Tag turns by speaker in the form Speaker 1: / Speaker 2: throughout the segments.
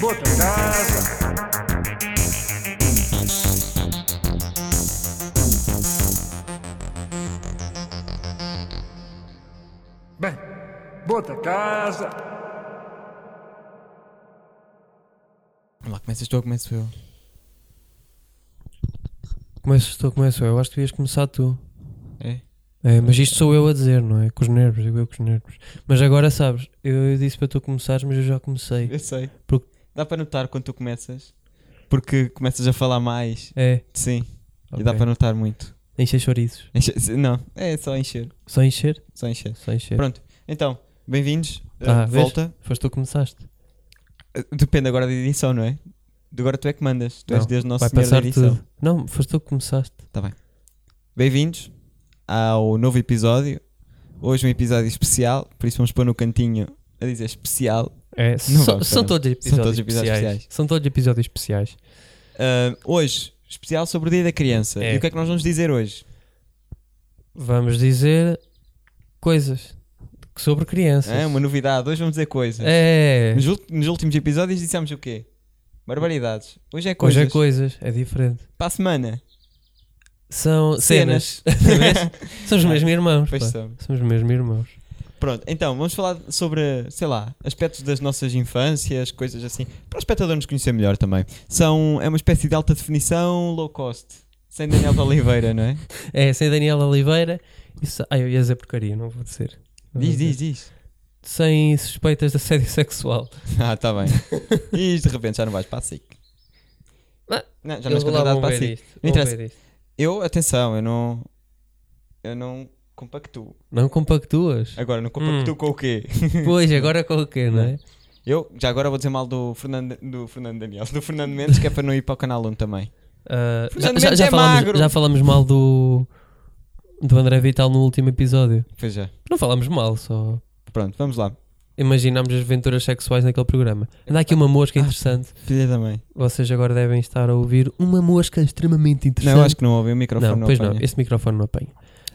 Speaker 1: Bota em casa. Bem, bota casa.
Speaker 2: Vamos lá, começas tu ou começo eu?
Speaker 3: Começas tu, começo eu. Acho que devias começar tu.
Speaker 2: É?
Speaker 3: É, mas isto sou eu a dizer, não é? Com os nervos, digo eu com os nervos. Mas agora sabes, eu, eu disse para tu começares, mas eu já comecei.
Speaker 2: Eu sei.
Speaker 3: Porque-
Speaker 2: Dá para notar quando tu começas. Porque começas a falar mais.
Speaker 3: É,
Speaker 2: Sim. E
Speaker 3: Ok.
Speaker 2: dá para notar muito.
Speaker 3: encher chouriços.
Speaker 2: Enche- Não, é só encher.
Speaker 3: Só encher?
Speaker 2: Só encher.
Speaker 3: Só encher.
Speaker 2: Pronto. Então, bem-vindos.
Speaker 3: Ah,
Speaker 2: Uh,
Speaker 3: vês?
Speaker 2: volta.
Speaker 3: Foste tu que começaste.
Speaker 2: Uh, Depende agora da edição, não é? De agora tu é que mandas. Tu és
Speaker 3: Não,
Speaker 2: Deus Nosso
Speaker 3: Vai
Speaker 2: Senhor da
Speaker 3: passar
Speaker 2: edição. Tá
Speaker 3: tudo. Não, foste tu que começaste.
Speaker 2: Bem-vindos ao novo episódio. Hoje um episódio especial, por isso vamos pôr no cantinho a dizer especial.
Speaker 3: É,
Speaker 2: vai
Speaker 3: são,
Speaker 2: passar,
Speaker 3: são
Speaker 2: não.
Speaker 3: todos episódios,
Speaker 2: todos episódios
Speaker 3: especiais.
Speaker 2: especiais.
Speaker 3: São todos episódios especiais.
Speaker 2: Uh, hoje, especial sobre o Dia da Criança.
Speaker 3: É.
Speaker 2: E o que é que nós vamos dizer hoje?
Speaker 3: Vamos dizer coisas sobre crianças.
Speaker 2: É uma novidade. Hoje vamos dizer coisas.
Speaker 3: É.
Speaker 2: Nos, ult- nos últimos episódios dissemos o quê? Barbaridades. Hoje é coisas.
Speaker 3: Hoje é coisas, é diferente.
Speaker 2: Para a semana.
Speaker 3: São cenas. Somos mesmo irmãos.
Speaker 2: Pois
Speaker 3: pá.
Speaker 2: são.
Speaker 3: Somos mesmo irmãos.
Speaker 2: Pronto, então vamos falar sobre, sei lá, aspectos das nossas infâncias, coisas assim. Para o espectador nos conhecer melhor também. São, é uma espécie de alta definição low cost. Sem Daniel de Oliveira, não é?
Speaker 3: É, sem Daniela Oliveira. e se- Ai, eu ia dizer porcaria, não vou dizer. Não
Speaker 2: Diz,
Speaker 3: vou
Speaker 2: diz,
Speaker 3: dizer.
Speaker 2: diz.
Speaker 3: Sem suspeitas de assédio sexual.
Speaker 2: Ah, tá bem. E de repente já não vais para a SIC.
Speaker 3: Ah,
Speaker 2: Não, já não
Speaker 3: Eles
Speaker 2: és contratado
Speaker 3: vão
Speaker 2: para a
Speaker 3: ver
Speaker 2: SIC.
Speaker 3: isto, vão
Speaker 2: interessa.
Speaker 3: ver isto.
Speaker 2: Eu, atenção, eu não. Eu não compactuo.
Speaker 3: Não compactuas.
Speaker 2: Agora, não
Speaker 3: Hum.
Speaker 2: compactuo com o quê?
Speaker 3: pois, agora com o quê, não é?
Speaker 2: Eu, já agora vou dizer mal do Fernando, do Fernando Daniel, do Fernando Mendes, que é para não ir para o canal 1 também.
Speaker 3: Ah,
Speaker 2: Fernando
Speaker 3: já,
Speaker 2: Mendes
Speaker 3: já
Speaker 2: é magro.
Speaker 3: falamos, já falamos mal do, do André Vital no último episódio.
Speaker 2: Pois é.
Speaker 3: Não falamos mal, só
Speaker 2: Pronto, vamos lá.
Speaker 3: imaginámos as aventuras sexuais naquele programa. Anda aqui uma mosca
Speaker 2: Ah.
Speaker 3: interessante.
Speaker 2: Filha da mãe.
Speaker 3: Vocês agora devem estar a ouvir uma mosca extremamente
Speaker 2: Não,
Speaker 3: interessante.
Speaker 2: eu acho que não ouvi o microfone.
Speaker 3: Não,
Speaker 2: Não,
Speaker 3: pois
Speaker 2: apanha.
Speaker 3: não, esse microfone não apanha.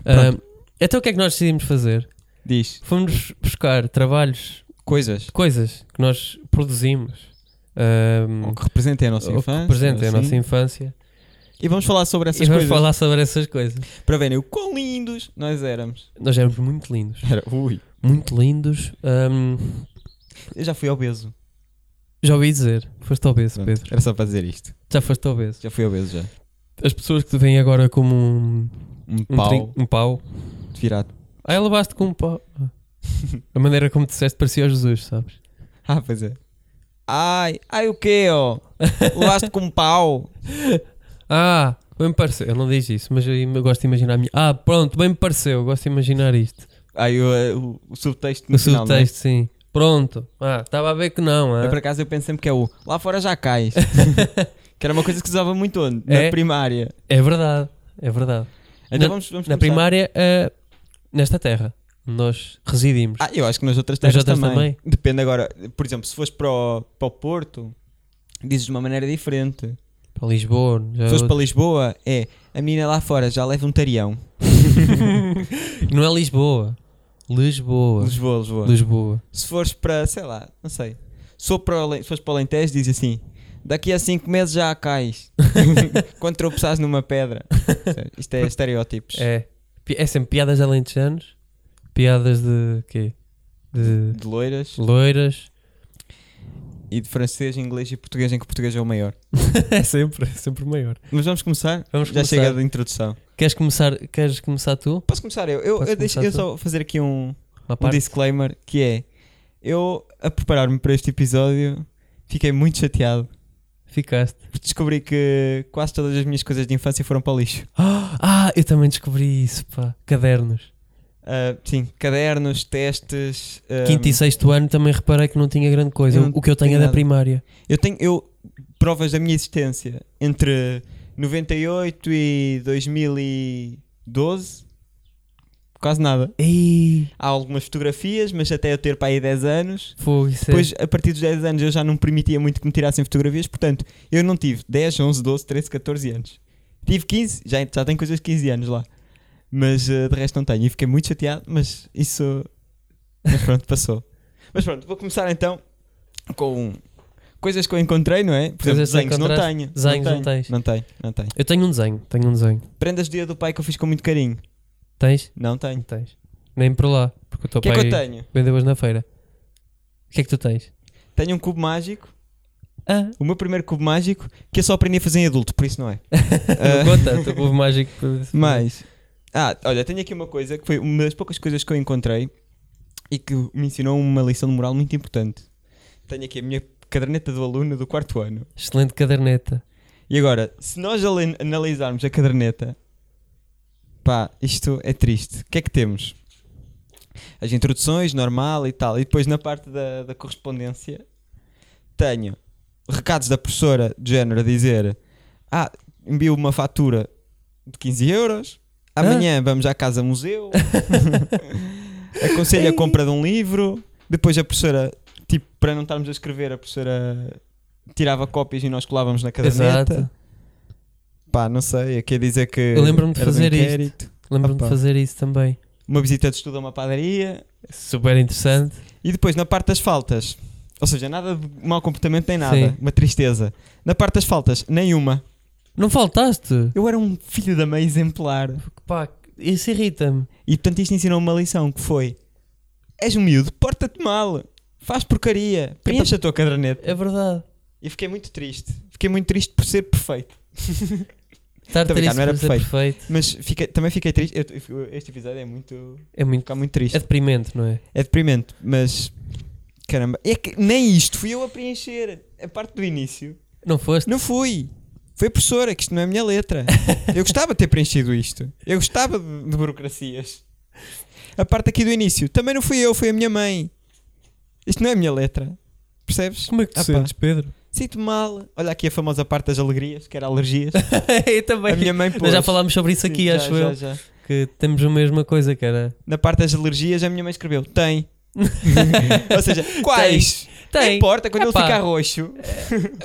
Speaker 2: Pronto.
Speaker 3: Ah, então o que é que nós decidimos fazer?
Speaker 2: Diz
Speaker 3: Fomos buscar trabalhos,
Speaker 2: coisas
Speaker 3: coisas que nós produzimos, ah,
Speaker 2: que representem a nossa
Speaker 3: ou que
Speaker 2: infância.
Speaker 3: representem a
Speaker 2: assim.
Speaker 3: nossa infância,
Speaker 2: E vamos falar sobre essas
Speaker 3: e vamos
Speaker 2: coisas
Speaker 3: falar sobre essas coisas.
Speaker 2: para verem o quão lindos nós éramos.
Speaker 3: Nós éramos muito lindos,
Speaker 2: Era, ui.
Speaker 3: muito lindos. ah,
Speaker 2: Eu já fui obeso.
Speaker 3: já ouvi dizer, foste obeso,
Speaker 2: Pronto,
Speaker 3: Pedro.
Speaker 2: Era só para dizer isto.
Speaker 3: Já foste obeso.
Speaker 2: Já fui obeso já.
Speaker 3: As pessoas que te veem agora como um,
Speaker 2: Um
Speaker 3: um
Speaker 2: pau
Speaker 3: trin- um pau.
Speaker 2: virado.
Speaker 3: Ah, ela levaste com um pau. Ah. A maneira como disseste parecia o Jesus, sabes?
Speaker 2: Ah, pois é. Ai, ai o quê, ó? Levaste com um pau.
Speaker 3: Ah, bem me pareceu. Ele não diz isso, mas eu im- gosto de imaginar a minha. Ah, pronto, bem me pareceu. Gosto de imaginar isto.
Speaker 2: Ai, o, eh, o, o subtexto no
Speaker 3: O
Speaker 2: final, não é?
Speaker 3: subtexto, sim. Pronto. Ah, estava a ver que não. Ah.
Speaker 2: Eu, por acaso, eu penso sempre que é o lá fora já cais. que era uma coisa que se usava muito onde? Na
Speaker 3: É?
Speaker 2: primária.
Speaker 3: É verdade. É verdade.
Speaker 2: Então
Speaker 3: Na-
Speaker 2: vamos, vamos
Speaker 3: Na
Speaker 2: começar.
Speaker 3: primária, ah, nesta terra, onde nós residimos.
Speaker 2: Ah, eu acho que nas outras
Speaker 3: Nas
Speaker 2: terras
Speaker 3: outras
Speaker 2: também.
Speaker 3: também.
Speaker 2: Depende agora. Por exemplo, se fores para o, para o Porto, dizes de uma maneira diferente.
Speaker 3: Para Lisboa. já
Speaker 2: Se fores
Speaker 3: é
Speaker 2: para Lisboa, é a menina lá fora já leva um tarião.
Speaker 3: outro- Não é Lisboa. Lisboa.
Speaker 2: Lisboa, Lisboa.
Speaker 3: Lisboa.
Speaker 2: Se fores para, sei lá, não sei. Se, for para, o Ale- se fores para o Alentejo, diz assim: daqui a 5 meses já cais. Quando tropeçares numa pedra. Sério, Isto é estereótipos.
Speaker 3: É. Pi- É sempre piadas de alentejanos. Piadas de quê? De
Speaker 2: De loiras
Speaker 3: loiras.
Speaker 2: e de francês, inglês e português, em que o português é o maior.
Speaker 3: é sempre, é sempre maior.
Speaker 2: Mas vamos começar?
Speaker 3: Vamos
Speaker 2: já
Speaker 3: começar.
Speaker 2: chega da introdução.
Speaker 3: Queres começar, queres começar tu?
Speaker 2: Posso começar eu? Eu,
Speaker 3: Posso
Speaker 2: eu, deixo-
Speaker 3: começar
Speaker 2: eu
Speaker 3: tu?
Speaker 2: só fazer aqui um,
Speaker 3: Uma
Speaker 2: um
Speaker 3: parte?
Speaker 2: disclaimer que é eu a preparar-me para este episódio fiquei muito chateado
Speaker 3: Ficaste.
Speaker 2: porque descobri que quase todas as minhas coisas de infância foram para o lixo.
Speaker 3: Ah, eu também descobri isso, pá. Cadernos.
Speaker 2: Ah, sim, cadernos, testes. ah,
Speaker 3: Quinto e sexto ano também reparei que não tinha grande coisa.
Speaker 2: eu não
Speaker 3: O que eu tenho
Speaker 2: tenho
Speaker 3: é da
Speaker 2: nada.
Speaker 3: primária.
Speaker 2: Eu tenho eu, provas da minha existência entre 98 e 2012. Quase nada.
Speaker 3: Ei,
Speaker 2: Há algumas fotografias, mas até eu ter para aí 10 anos.
Speaker 3: foi isso. é-
Speaker 2: Depois, a partir dos 10 anos, eu já não permitia muito que me tirassem fotografias, portanto, eu não tive 10, 11, 12, 13, 14 anos. Tive 15, já, já tenho coisas de 15 anos lá. Mas eh, de resto não tenho. E fiquei muito chateado, mas isso. Mas pronto, passou. Mas pronto, vou começar então com coisas que eu encontrei, não é? Por
Speaker 3: Coisas que
Speaker 2: exemplo, desenhos não
Speaker 3: encontraste?
Speaker 2: tenho.
Speaker 3: Desenhos não
Speaker 2: não tenho.
Speaker 3: tens.
Speaker 2: Não tenho, não tenho.
Speaker 3: Eu tenho um desenho, tenho um desenho.
Speaker 2: Prendas de dia do pai que eu fiz com muito carinho.
Speaker 3: Tens?
Speaker 2: Não tenho.
Speaker 3: Não tens. Nem por lá, porque o teu
Speaker 2: O que é
Speaker 3: pai
Speaker 2: que eu tenho?
Speaker 3: vendeu-as na feira. O que é que tu tens?
Speaker 2: Tenho um cubo mágico.
Speaker 3: Ah,
Speaker 2: O meu primeiro cubo mágico que eu só aprendi a fazer em adulto, por isso não é. Ah.
Speaker 3: não conta, o povo mágico.
Speaker 2: Mas, ah, olha, tenho aqui uma coisa que foi uma das poucas coisas que eu encontrei e que me ensinou uma lição de moral muito importante. Tenho aqui a minha caderneta do aluno do quarto ano.
Speaker 3: Excelente caderneta.
Speaker 2: E agora, se nós ale- analisarmos a caderneta, pá, isto é triste. O que é que temos? As introduções, normal e tal. E depois na parte da, da correspondência, tenho recados da professora de género a dizer: Ah, envio uma fatura de 15 euros. Amanhã vamos à casa museu. Aconselho a compra de um livro. Depois a professora, tipo, para não estarmos a escrever, a professora tirava cópias e nós colávamos na caderneta.
Speaker 3: Exato.
Speaker 2: Pá, não sei, quer dizer que.
Speaker 3: Eu lembro-me de
Speaker 2: era
Speaker 3: fazer isto.
Speaker 2: inquérito.
Speaker 3: Lembro-me de
Speaker 2: Opa.
Speaker 3: fazer isso também.
Speaker 2: Uma visita de estudo a uma padaria.
Speaker 3: Super interessante.
Speaker 2: E depois, na parte das faltas. Ou seja, nada de mau comportamento nem nada.
Speaker 3: Sim.
Speaker 2: Uma tristeza. Na parte das faltas, nenhuma.
Speaker 3: Não faltaste?
Speaker 2: Eu era um filho da mãe exemplar.
Speaker 3: Pá, isso irrita-me.
Speaker 2: E portanto, isto ensinou uma lição que foi: és um miúdo, porta-te mal. Faz porcaria. Preenche a tua caderneta.
Speaker 3: É verdade.
Speaker 2: E fiquei muito triste. Fiquei muito triste por ser perfeito.
Speaker 3: Estar
Speaker 2: Tô a brincar,
Speaker 3: triste
Speaker 2: não era
Speaker 3: por ser
Speaker 2: perfeito.
Speaker 3: perfeito.
Speaker 2: Mas fiquei- também fiquei triste. Eu- eu- este episódio é muito.
Speaker 3: É muito.
Speaker 2: Ficar muito
Speaker 3: É
Speaker 2: triste.
Speaker 3: deprimente, não é?
Speaker 2: É deprimente, mas. Caramba. É que nem isto fui eu a preencher. A parte do início.
Speaker 3: Não foste?
Speaker 2: Não fui. Foi a professora, que isto não é a minha letra. Eu gostava de ter preenchido isto. Eu gostava de, de burocracias. A parte aqui do início. Também não fui eu, foi a minha mãe. Isto não é a minha letra. Percebes?
Speaker 3: Como é que tu
Speaker 2: Ah, pá.
Speaker 3: sentes, Pedro?
Speaker 2: Sinto mal. Olha aqui a famosa parte das alegrias, que era alergias.
Speaker 3: eu também.
Speaker 2: A minha mãe
Speaker 3: Nós
Speaker 2: pôs.
Speaker 3: já falámos sobre isso
Speaker 2: Sim,
Speaker 3: aqui,
Speaker 2: já,
Speaker 3: acho
Speaker 2: já,
Speaker 3: eu.
Speaker 2: já.
Speaker 3: Que temos a mesma coisa, cara.
Speaker 2: Na parte das alergias, a minha mãe escreveu: tem. Ou seja, quais? Não
Speaker 3: Tem.
Speaker 2: importa, quando
Speaker 3: Epá.
Speaker 2: ele ficar roxo,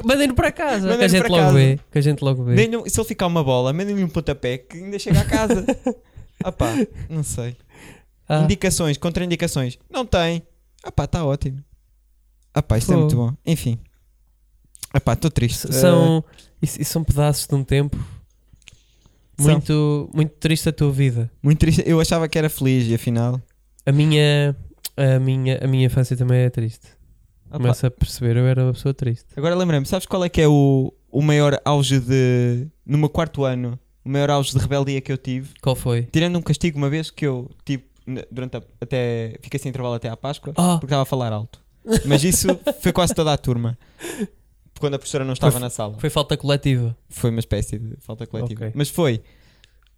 Speaker 3: Mandem-no para casa. que a
Speaker 2: Mandem-no
Speaker 3: gente
Speaker 2: para
Speaker 3: logo
Speaker 2: casa.
Speaker 3: vê. Que a gente logo vê.
Speaker 2: Deem-lhe um- se ele ficar uma bola, mandem-lhe um pontapé que ainda chega a casa. ah pá, não sei.
Speaker 3: Ah,
Speaker 2: Indicações, contraindicações. Não tem. Ah pá, está ótimo. Ah pá, isto é
Speaker 3: Pô.
Speaker 2: muito bom. Enfim. Ah pá, estou triste. Eh,
Speaker 3: s- são, isso, isso são pedaços de um tempo
Speaker 2: São.
Speaker 3: muito, muito triste a tua vida.
Speaker 2: Ah, muito triste. Eu achava que era feliz e afinal.
Speaker 3: A minha, a minha, a minha infância também é triste.
Speaker 2: Ah, pá.
Speaker 3: Começo a perceber, eu era uma pessoa triste.
Speaker 2: Agora lembrei-me, sabes qual é que é o, o maior auge de. No meu quarto ano, o maior auge de rebeldia que eu tive?
Speaker 3: Qual foi?
Speaker 2: Tirando um castigo uma vez que eu tive. n- Durante a- até. Fiquei sem intervalo até à Páscoa.
Speaker 3: Ah,
Speaker 2: porque estava a falar alto. Mas isso foi quase toda a turma. Quando a professora não estava
Speaker 3: Foi-
Speaker 2: na sala.
Speaker 3: foi falta coletiva.
Speaker 2: Foi uma espécie de falta coletiva.
Speaker 3: Ok.
Speaker 2: Mas foi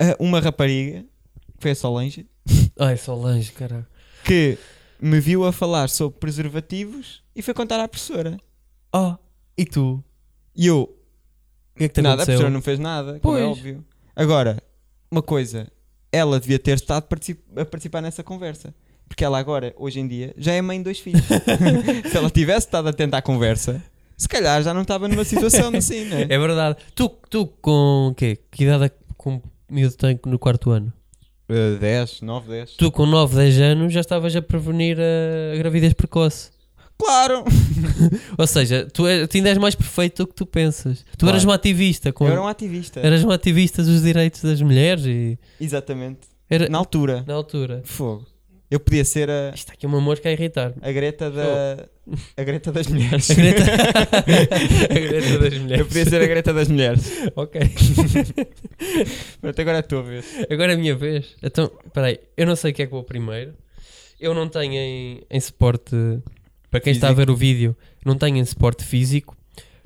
Speaker 2: ah, uma rapariga, foi a Solange,
Speaker 3: Ai, Solange, caralho.
Speaker 2: que me viu a falar sobre preservativos e foi contar à professora.
Speaker 3: Ah, e tu?
Speaker 2: E eu,
Speaker 3: O que é que te
Speaker 2: nada, a
Speaker 3: aconteceu?
Speaker 2: professora não fez nada, como é
Speaker 3: Pois.
Speaker 2: óbvio. Agora, uma coisa, ela devia ter estado particip- a participar nessa conversa. Porque ela agora, hoje em dia, já é mãe de dois filhos. se ela tivesse estado atenta à conversa, se calhar já não estava numa situação assim, não é?
Speaker 3: É verdade. Tu, tu com o quê? Que idade é que- com o miúdo tem no quarto ano? eh,
Speaker 2: 10, 9, 10.
Speaker 3: Tu com 9, 10 anos já estavas a prevenir a, a gravidez precoce.
Speaker 2: Claro!
Speaker 3: Ou seja, tu, é- tu ainda és mais perfeito do que tu pensas. Tu
Speaker 2: Claro.
Speaker 3: eras uma ativista. Com,
Speaker 2: Eu era um ativista.
Speaker 3: Eras uma ativista dos direitos das mulheres e...
Speaker 2: Exatamente.
Speaker 3: Era,
Speaker 2: Na altura.
Speaker 3: Na altura.
Speaker 2: Fogo. Eu podia ser a,
Speaker 3: Isto aqui é uma mosca a irritar-me.
Speaker 2: a Greta da. A Greta das mulheres.
Speaker 3: A Greta, a Greta das
Speaker 2: Eu
Speaker 3: mulheres.
Speaker 2: podia ser a Greta das mulheres.
Speaker 3: Ok.
Speaker 2: Pronto, agora é a tua vez.
Speaker 3: Agora é a minha vez. Então, peraí, eu não sei o que é que vou primeiro. Eu não tenho em, em suporte. Para quem está a ver o vídeo, não tenho em suporte físico,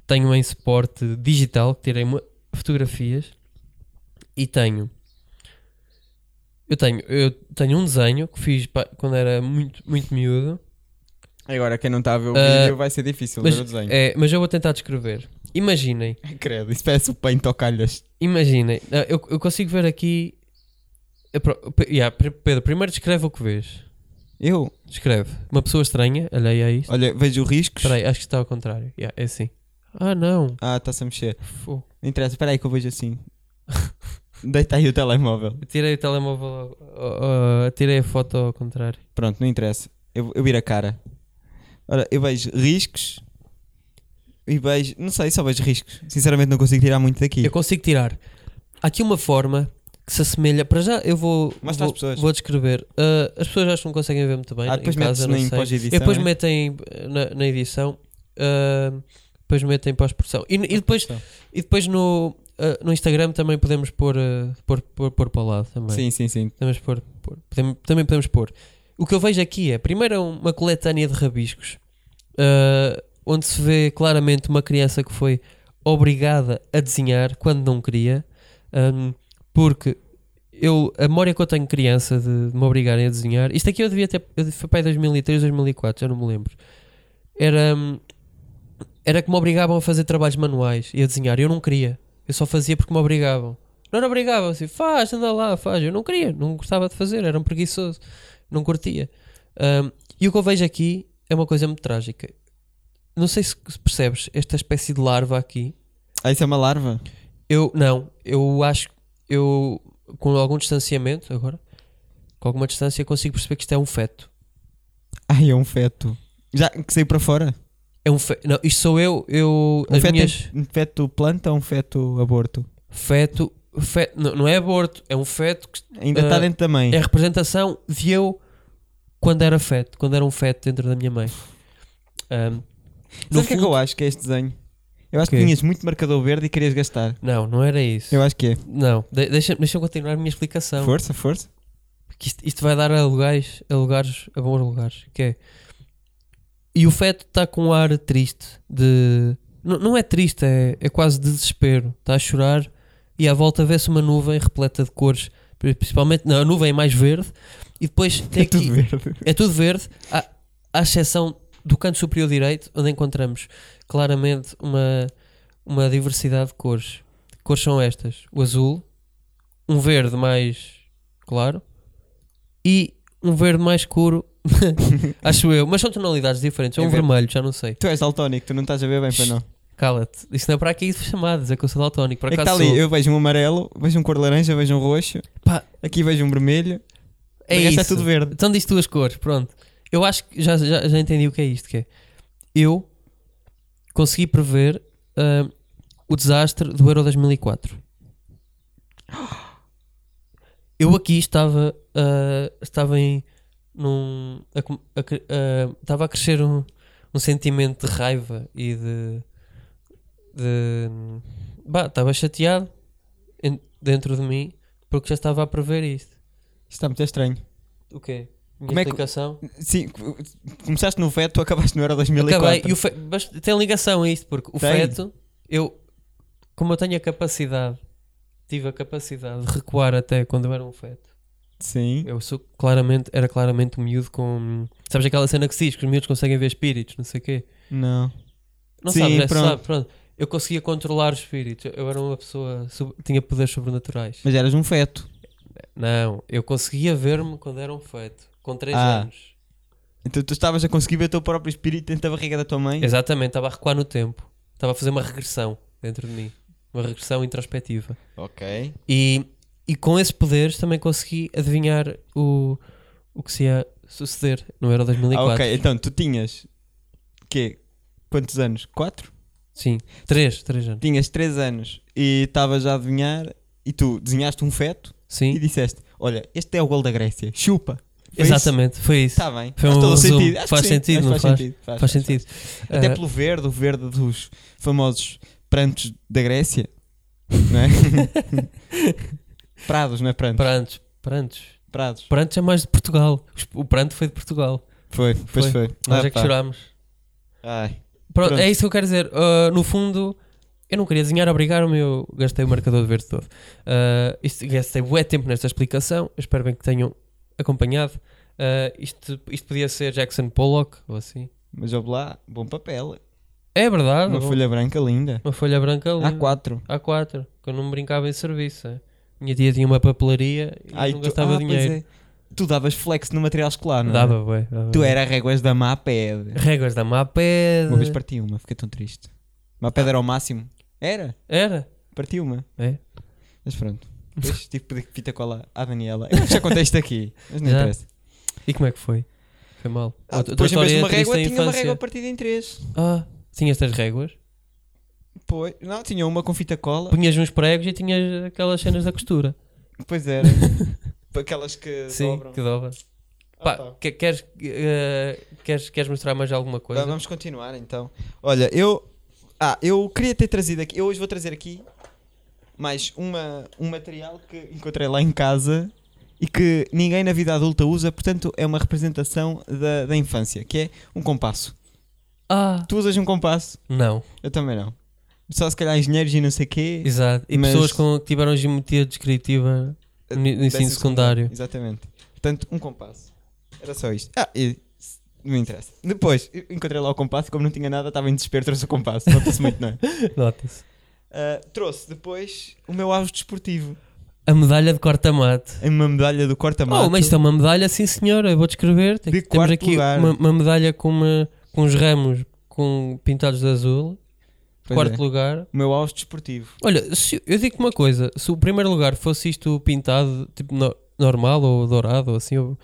Speaker 3: tenho em suporte digital, que tirei mu- fotografias e tenho. Eu tenho, eu tenho um desenho que fiz pa- quando era muito, muito miúdo.
Speaker 2: Agora, quem não está a ver o
Speaker 3: Ah,
Speaker 2: vídeo vai ser difícil
Speaker 3: mas,
Speaker 2: ver o desenho.
Speaker 3: é, mas eu vou tentar descrever. Imaginem,
Speaker 2: Credo, isso parece o Paint ao Calhas.
Speaker 3: Imaginem, ah, eu, eu consigo ver aqui. eu pro- pe- yeah, pre- Pedro, primeiro descreve o que vês.
Speaker 2: Eu,
Speaker 3: Descreve. Uma pessoa estranha, alheia a isto.
Speaker 2: olha, vejo riscos.
Speaker 3: Espera aí, acho que está ao contrário. Yeah, é assim. Ah, não.
Speaker 2: Ah, está-se a mexer.
Speaker 3: Fo-
Speaker 2: Não interessa, espera aí que eu vejo assim. Deita aí o telemóvel.
Speaker 3: Tirei o telemóvel, ao- ao- ao- tirei a foto ao contrário.
Speaker 2: Pronto, não interessa. Eu, eu viro a cara. Ora, eu vejo riscos e vejo. Não sei, só vejo riscos. Sinceramente, não consigo tirar muito daqui.
Speaker 3: Eu consigo tirar. Há aqui uma forma que se assemelha. Para já eu vou,
Speaker 2: Mostra às
Speaker 3: vou,
Speaker 2: pessoas.
Speaker 3: vou descrever. Ah, as pessoas acho que não conseguem ver muito bem.
Speaker 2: Ah, depois
Speaker 3: em
Speaker 2: metes
Speaker 3: casa, não
Speaker 2: em
Speaker 3: sei.
Speaker 2: pós-edição,
Speaker 3: E depois
Speaker 2: né?
Speaker 3: metem na, na edição. ah, depois metem pós-produção. E, e depois, e depois no, ah, no Instagram também podemos pôr, ah, pôr, pôr, pôr para o lado também.
Speaker 2: Sim, sim, sim.
Speaker 3: Podemos pôr, pôr. Podem- também podemos pôr. O que eu vejo aqui é, primeiro, é uma coletânea de rabiscos, ah, onde se vê claramente uma criança que foi obrigada a desenhar quando não queria, ahm, porque eu, a memória que eu tenho criança de, de me obrigarem a desenhar, isto aqui eu devia ter, eu, foi para aí 2003, 2004, já não me lembro, era, hum, era que me obrigavam a fazer trabalhos manuais e a desenhar, eu não queria, eu só fazia porque me obrigavam. Não era obrigavam, assim, faz, anda lá, faz. Eu não queria, não gostava de fazer, era um preguiçoso, não curtia. Ahm, e o que eu vejo aqui é uma coisa muito trágica. Não sei se se percebes esta espécie de larva aqui.
Speaker 2: Ah, isso é uma larva?
Speaker 3: Eu não, eu acho eu com algum distanciamento agora, com alguma distância consigo perceber que isto é um feto.
Speaker 2: Ai, é um feto. Já que saiu para fora?
Speaker 3: É um feto. Não, isto sou eu, eu
Speaker 2: Um
Speaker 3: as
Speaker 2: feto,
Speaker 3: minhas
Speaker 2: um feto planta ou um feto aborto?
Speaker 3: feto, feto não, não é aborto, é um feto que
Speaker 2: Ainda está
Speaker 3: Ah,
Speaker 2: dentro da mãe.
Speaker 3: é a representação de eu quando era feto, quando era um feto dentro da minha mãe. Ahm,
Speaker 2: Sabe o que é que eu acho que é este desenho? Eu acho
Speaker 3: O
Speaker 2: que
Speaker 3: quê?
Speaker 2: tinhas muito marcador verde e querias gastar.
Speaker 3: não, não era isso.
Speaker 2: Eu acho que é.
Speaker 3: Não, de- deixa-me deixa continuar a minha explicação.
Speaker 2: Força, força.
Speaker 3: que isto, isto vai dar a lugares, a lugares, a bons lugares, que é e o feto está com um ar triste de não, não é triste, é, é quase desespero, está a chorar e à volta vê-se uma nuvem repleta de cores, principalmente não, a nuvem é mais verde e depois tem
Speaker 2: É
Speaker 3: aqui,
Speaker 2: tudo verde.
Speaker 3: é tudo verde, à, à exceção do canto superior direito, onde encontramos claramente uma, uma diversidade de cores. Que cores são estas? O azul, um verde mais claro e um verde mais escuro, acho eu. Mas são tonalidades diferentes. É
Speaker 2: É
Speaker 3: um
Speaker 2: verde.
Speaker 3: vermelho, já não sei.
Speaker 2: Tu és daltónico, tu não estás a ver bem para não.
Speaker 3: Cala-te. Isto não é para aqui chamadas, é que eu sou daltónico. Por
Speaker 2: É que está
Speaker 3: acaso
Speaker 2: ali,
Speaker 3: sou.
Speaker 2: eu vejo um amarelo, vejo um cor de laranja, vejo um roxo,
Speaker 3: Pá,
Speaker 2: aqui vejo um vermelho,
Speaker 3: é
Speaker 2: Mas
Speaker 3: isso.
Speaker 2: esta é tudo verde.
Speaker 3: Então diz duas cores, pronto. Eu acho que já, já, já entendi o que é isto, que é. Eu consegui prever ah, o desastre do Euro 2004. Eu aqui estava, ah, estava em num a com- a cre- a- estava a crescer um, um sentimento de raiva e de, de bah, estava chateado en- dentro de mim porque já estava a prever isto.
Speaker 2: Isto está muito estranho.
Speaker 3: O quê? Minha
Speaker 2: Como é que-
Speaker 3: explicação?
Speaker 2: Sim, co- começaste no feto, acabaste no Euro 2004.
Speaker 3: Acabei. é, E o fe... Mas tem ligação a isto, porque o
Speaker 2: Tem.
Speaker 3: feto, eu, como eu tenho a capacidade, tive a capacidade de recuar até quando eu era um feto.
Speaker 2: Sim,
Speaker 3: Eu sou claramente, era claramente um miúdo com. Sabes aquela cena que se diz que os miúdos conseguem ver espíritos, não sei o quê?
Speaker 2: não.
Speaker 3: Não
Speaker 2: Sim,
Speaker 3: sabes, já se
Speaker 2: pronto.
Speaker 3: sabe, pronto. Eu conseguia controlar os espíritos. Eu era uma pessoa. sub- Tinha poderes sobrenaturais.
Speaker 2: Mas eras um feto.
Speaker 3: Não, eu conseguia ver-me quando era um feto. Com 3
Speaker 2: Ah.
Speaker 3: anos.
Speaker 2: Então tu estavas a conseguir ver o teu próprio espírito dentro da barriga da tua mãe.
Speaker 3: Exatamente, estava a recuar no tempo. Estava a fazer uma regressão dentro de mim. Uma regressão introspectiva.
Speaker 2: Ok.
Speaker 3: E, e com esses poderes também consegui adivinhar o, o que se ia suceder no Euro 2004.
Speaker 2: ok, então tu tinhas. Quê? Quantos anos? Quatro?
Speaker 3: Sim, 3, 3 anos.
Speaker 2: Tinhas três anos e estavas a adivinhar e tu desenhaste um feto e
Speaker 3: Sim,
Speaker 2: disseste: Olha, este é o gol da Grécia, chupa. Foi isso?
Speaker 3: exatamente, foi isso.
Speaker 2: Está bem.
Speaker 3: Foi
Speaker 2: faz
Speaker 3: um
Speaker 2: todo o
Speaker 3: resumo.
Speaker 2: sentido. Acho que
Speaker 3: Faz
Speaker 2: sim.
Speaker 3: sentido,
Speaker 2: Acho que
Speaker 3: não faz?
Speaker 2: Tá, faz,
Speaker 3: Faz sentido.
Speaker 2: Até
Speaker 3: Ah,
Speaker 2: pelo verde, o verde dos famosos prantos da Grécia, não é? Prados, não é prantos?
Speaker 3: Prantos, prantos.
Speaker 2: Prados.
Speaker 3: Prantos é mais de Portugal. Os- O pranto foi de Portugal.
Speaker 2: Foi, pois foi.
Speaker 3: Nós
Speaker 2: Ah,
Speaker 3: é que
Speaker 2: pá.
Speaker 3: chorámos.
Speaker 2: Ai.
Speaker 3: Pronto,
Speaker 2: Pronto.
Speaker 3: é isso que eu quero dizer. Ah, no fundo, eu não queria desenhar, obrigaram-me, eu gastei o marcador de verde todo. Ah, isto, gastei bué tempo nesta explicação, eu espero bem que tenham acompanhado. Ah, isto, isto podia ser Jackson Pollock ou assim.
Speaker 2: Mas ouve lá, bom papel.
Speaker 3: É verdade.
Speaker 2: Uma
Speaker 3: bom.
Speaker 2: folha branca linda.
Speaker 3: uma folha branca ali.
Speaker 2: A4.
Speaker 3: A4, que eu não brincava em serviço. é. Minha tia tinha uma papelaria e
Speaker 2: Ai,
Speaker 3: não
Speaker 2: tu-
Speaker 3: gastava
Speaker 2: ah, pois
Speaker 3: dinheiro.
Speaker 2: é. Tu davas flex no material escolar, não é?
Speaker 3: Dava, bué, dava
Speaker 2: Tu
Speaker 3: bué.
Speaker 2: era réguas da MAPED.
Speaker 3: Réguas da MAPED.
Speaker 2: Uma vez parti uma, fiquei tão triste. MAPED era o máximo. Era,
Speaker 3: Era?
Speaker 2: parti uma.
Speaker 3: É.
Speaker 2: Mas pronto. Depois tive que pedir fita cola à Daniela. Eu já contei isto aqui, mas não
Speaker 3: Já?
Speaker 2: interessa.
Speaker 3: E como é que foi? Foi mal.
Speaker 2: Ah,
Speaker 3: A tua
Speaker 2: depois, em vez de
Speaker 3: história
Speaker 2: uma
Speaker 3: é triste
Speaker 2: régua,
Speaker 3: da
Speaker 2: tinha uma
Speaker 3: infância.
Speaker 2: régua partida em três.
Speaker 3: Ah, tinhas estas réguas,
Speaker 2: Pois, não, tinha uma com fita cola.
Speaker 3: punhas uns pregos e tinhas aquelas cenas da costura.
Speaker 2: Pois era. Aquelas que
Speaker 3: Sim,
Speaker 2: dobram. é?
Speaker 3: que dobra.
Speaker 2: Ah,
Speaker 3: Pá,
Speaker 2: tá.
Speaker 3: que- queres, eh, queres, queres mostrar mais alguma coisa?
Speaker 2: Tá, vamos continuar então. Olha, eu. Ah, eu queria ter trazido aqui. Eu hoje vou trazer aqui mais uma, um material que encontrei lá em casa e que ninguém na vida adulta usa, portanto é uma representação da, da infância, que é um compasso.
Speaker 3: Ah,
Speaker 2: Tu usas um compasso?
Speaker 3: não.
Speaker 2: Eu também não. Só se calhar engenheiros e não sei quê.
Speaker 3: Exato. E
Speaker 2: Mas- Eh,
Speaker 3: pessoas com, que tiveram geometria descritiva no, no ensino
Speaker 2: Décimo
Speaker 3: secundário.
Speaker 2: Exatamente. Portanto, um compasso. Era só isto. Ah, e não interessa. Depois, eu encontrei lá o compasso, como não tinha nada, estava em desespero, trouxe o compasso. Nota-se muito, não é?
Speaker 3: Nota-se.
Speaker 2: Ah, trouxe depois o meu auge desportivo.
Speaker 3: A medalha de corta-mato.
Speaker 2: Em uma medalha do corta-mato.
Speaker 3: Oh, mas isto é uma medalha, sim senhora, eu vou descrever. Tem-
Speaker 2: De
Speaker 3: Temos
Speaker 2: quarto
Speaker 3: aqui
Speaker 2: lugar.
Speaker 3: uma, uma medalha com, uma, com uns ramos com pintados de azul,
Speaker 2: Pois
Speaker 3: quarto
Speaker 2: é.
Speaker 3: lugar.
Speaker 2: O meu auge desportivo.
Speaker 3: Olha, se- eu digo-te uma coisa: se o primeiro lugar fosse isto pintado, tipo no- normal ou dourado, ou assim, eu,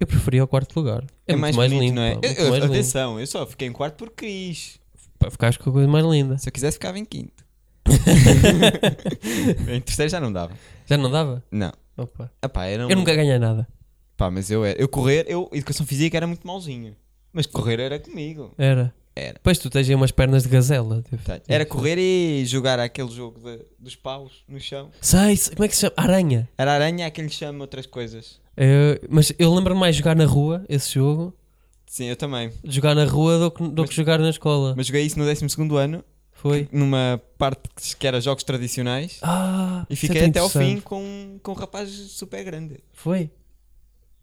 Speaker 3: eu preferia o quarto lugar. É, muito mais,
Speaker 2: bonito,
Speaker 3: lindo,
Speaker 2: não é?
Speaker 3: pá,
Speaker 2: Eu-
Speaker 3: muito
Speaker 2: eu-
Speaker 3: mais lindo.
Speaker 2: atenção, eu só fiquei em quarto porque quis.
Speaker 3: Pá, ficares com a coisa mais linda.
Speaker 2: Se eu quisesse, ficava em quinto. em terceiro já não dava.
Speaker 3: Já não dava?
Speaker 2: Não.
Speaker 3: Opa.
Speaker 2: Epá, era um-
Speaker 3: Eu nunca ganhei nada.
Speaker 2: Pá, mas eu era. Eu correr, eu, educação física era muito malzinho. Mas correr era comigo.
Speaker 3: Era.
Speaker 2: Era. Tá.
Speaker 3: Pois tu tens aí umas pernas de gazela. tipo.
Speaker 2: Portanto, Era correr e jogar aquele jogo de- dos paus no chão.
Speaker 3: Sei, sei, como é que se chama? Aranha.
Speaker 2: Era aranha, aquele chama outras coisas.
Speaker 3: Eu- mas eu lembro-me mais de jogar na rua, esse jogo,
Speaker 2: Sim, eu também.
Speaker 3: de jogar na rua do que, do que jogar na escola.
Speaker 2: Mas joguei isso no 12 ano,
Speaker 3: Foi.
Speaker 2: numa parte que se- que era jogos tradicionais.
Speaker 3: Ah,
Speaker 2: E
Speaker 3: isso é
Speaker 2: fiquei
Speaker 3: tão
Speaker 2: até ao fim
Speaker 3: interessante.
Speaker 2: com, com um rapaz super grande.
Speaker 3: Foi.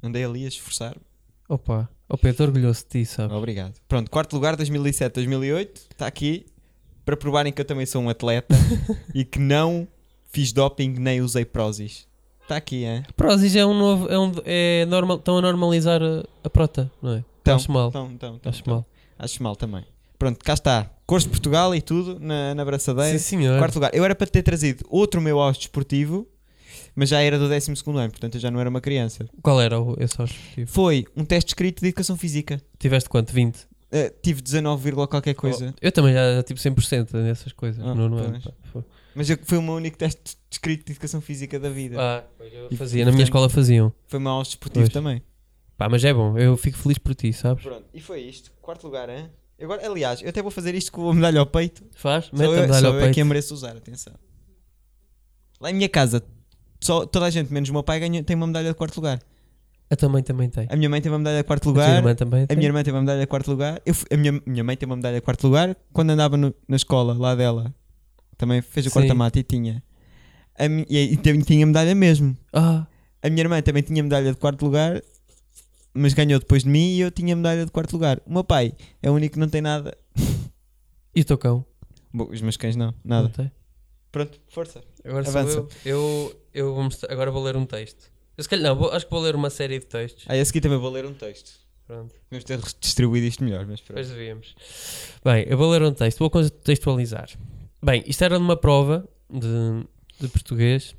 Speaker 2: Andei ali a esforçar. me
Speaker 3: Opa, opa, eu estou orgulhoso de ti, sabe?
Speaker 2: Obrigado. Pronto, quarto lugar, 2007, 2008. Está Tá aqui para provarem que eu também sou um atleta e que não fiz doping nem usei prósis. Está aqui, hein?
Speaker 3: Prozis é um novo. É um, é normal, estão a normalizar a, a prota, não é?
Speaker 2: Então,
Speaker 3: Acho mal.
Speaker 2: Então, então, então,
Speaker 3: Acho
Speaker 2: então.
Speaker 3: mal.
Speaker 2: Acho mal também. Pronto, cá está. Cores de Portugal e tudo na, na
Speaker 3: Sim,
Speaker 2: braçadeira.
Speaker 3: senhor.
Speaker 2: Quarto lugar. Eu era para ter trazido outro meu auge desportivo, mas já era do 12 ano, portanto eu já não era uma criança.
Speaker 3: Qual era o, esse objetivo?
Speaker 2: Foi um teste escrito de educação física.
Speaker 3: Tiveste quanto? 20?
Speaker 2: Eh, tive 19, vírgula qualquer coisa.
Speaker 3: Oh, eu também já era tipo 100% nessas coisas.
Speaker 2: é. Ah,
Speaker 3: não, é? não era,
Speaker 2: pois.
Speaker 3: pá. Foi.
Speaker 2: Mas eu, foi o meu único teste escrito de educação física da vida.
Speaker 3: Ah, pois eu
Speaker 2: E,
Speaker 3: fazia. Na minha
Speaker 2: portanto,
Speaker 3: escola faziam.
Speaker 2: Foi o meu auge desportivo
Speaker 3: Pois.
Speaker 2: também.
Speaker 3: Pá, mas é bom, eu fico feliz por ti, sabes?
Speaker 2: Pronto, e foi isto. Quarto lugar, hein? Eu Agora, aliás, eu até vou fazer isto com a medalha ao peito.
Speaker 3: Faz?
Speaker 2: Só
Speaker 3: Mete a
Speaker 2: eu,
Speaker 3: medalha
Speaker 2: só
Speaker 3: ao
Speaker 2: eu é que a
Speaker 3: peito.
Speaker 2: mereço usar, atenção. Lá em minha casa, só, toda a gente, menos o meu pai, ganha, tem uma medalha de quarto lugar.
Speaker 3: Eu também, também tem.
Speaker 2: A minha mãe tem uma medalha de quarto
Speaker 3: A tua
Speaker 2: lugar.
Speaker 3: irmã também
Speaker 2: A
Speaker 3: tem?
Speaker 2: minha irmã tem uma medalha de quarto lugar. Eu fui- a minha, minha mãe tem uma medalha de quarto lugar. Quando andava no- na escola, lá dela, também fez o
Speaker 3: Sim.
Speaker 2: quarta-mata e tinha. A mi- e, e tem- tinha medalha mesmo.
Speaker 3: Ah,
Speaker 2: A minha irmã também tinha medalha de quarto lugar, mas ganhou depois de mim e eu tinha medalha de quarto lugar. O meu pai é o único que não tem nada.
Speaker 3: e o teu cão?
Speaker 2: Bom, os meus cães não,
Speaker 3: Não
Speaker 2: nada.
Speaker 3: tem?
Speaker 2: Pronto, força.
Speaker 3: Agora
Speaker 2: Avança.
Speaker 3: sou eu. Eu, eu vou mostrar- agora vou ler um texto. Eu se calhar não, vou- acho que vou ler uma série de textos.
Speaker 2: Ah, esse aqui também vou ler um texto.
Speaker 3: Pronto,
Speaker 2: Devemos ter distribuído isto melhor, mas pronto.
Speaker 3: depois devíamos. Bem, eu vou ler um texto, vou contextualizar. Bem, isto era numa prova de, de português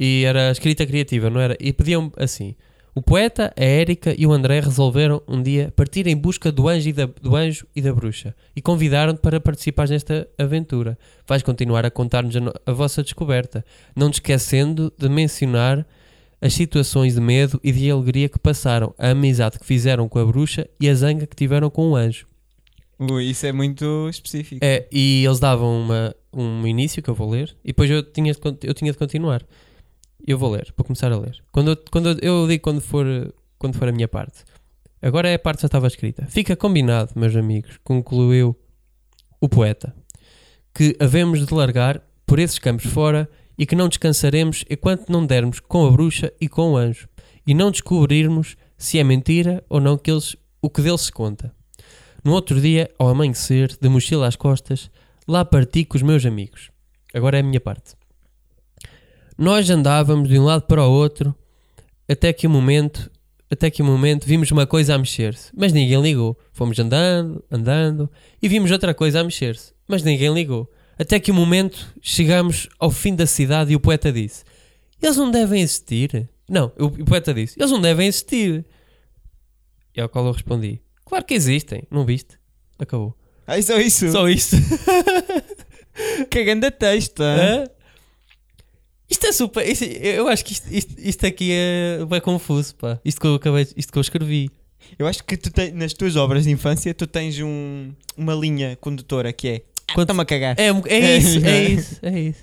Speaker 3: e era escrita criativa, não era? E pediam assim: o poeta, a Érica e o André resolveram um dia partir em busca do anjo e da, do anjo e da bruxa e convidaram-te para participares nesta aventura. Vais continuar a contar-nos a, no- a vossa descoberta, não te esquecendo de mencionar as situações de medo e de alegria que passaram, a amizade que fizeram com a bruxa e a zanga que tiveram com o anjo.
Speaker 2: Ui, isso é muito específico.
Speaker 3: É, e eles davam uma, um início que eu vou ler e depois eu tinha de, con- eu tinha de continuar. Eu vou ler, vou começar a ler. Quando eu, quando eu, eu digo quando for, eh, quando for a minha parte. Agora é a parte que já estava escrita. Fica combinado, meus amigos, concluiu o poeta, que havemos de largar por esses campos fora e que não descansaremos enquanto não dermos com a bruxa e com o anjo e não descobrirmos se é mentira ou não que eles, o que deles se conta. No outro dia, ao amanhecer, de mochila às costas, lá parti com os meus amigos. Agora é a minha parte. Nós andávamos de um lado para o outro, até que o momento, até que o momento vimos uma coisa a mexer-se, mas ninguém ligou. Fomos andando, andando, e vimos outra coisa a mexer-se, um mas ninguém ligou. Até que o momento chegámos ao fim da cidade e o poeta disse: Eles não devem existir. Não, o o poeta disse: Eles não devem existir. E ao qual eu respondi: Claro que existem, não viste? Acabou.
Speaker 2: Ah, só isso.
Speaker 3: Só isso.
Speaker 2: Que é grande texto. hã?
Speaker 3: Hã? Isto é super. isto- eu acho que isto, isto- isto aqui é bem confuso, pá. Isto que eu acabei, isto que eu escrevi.
Speaker 2: Eu acho que tu tens, nas tuas obras de infância tu tens um- uma linha condutora que é
Speaker 3: Quando-
Speaker 2: Estão-me a cagar.
Speaker 3: É, um- é isso, é isso, é isso.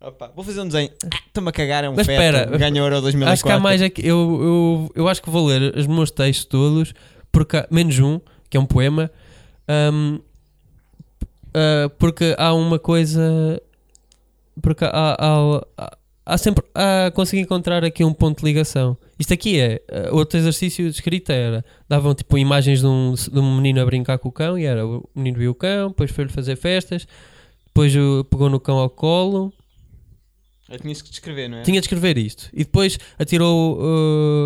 Speaker 2: Opa, vou fazer um desenho. Estão-me a cagar, é um
Speaker 3: Mas
Speaker 2: feto.
Speaker 3: espera,
Speaker 2: Ganha Euro 2004.
Speaker 3: Acho que há mais aqui. Eu, eu, eu acho que vou ler os meus textos todos, porque há- menos um, que é um poema, hum, ah, porque há uma coisa. Porque há, há, há- há sempre. Há, consegui encontrar aqui um ponto de ligação. Isto aqui é. ah, outro exercício de escrita era. Davam tipo imagens de um, de um menino a brincar com o cão, e era o menino viu o cão, depois foi-lhe fazer festas, depois o- pegou no cão ao colo.
Speaker 2: Eu tinhas que descrever, não é?
Speaker 3: Tinha de escrever isto. E depois atirou.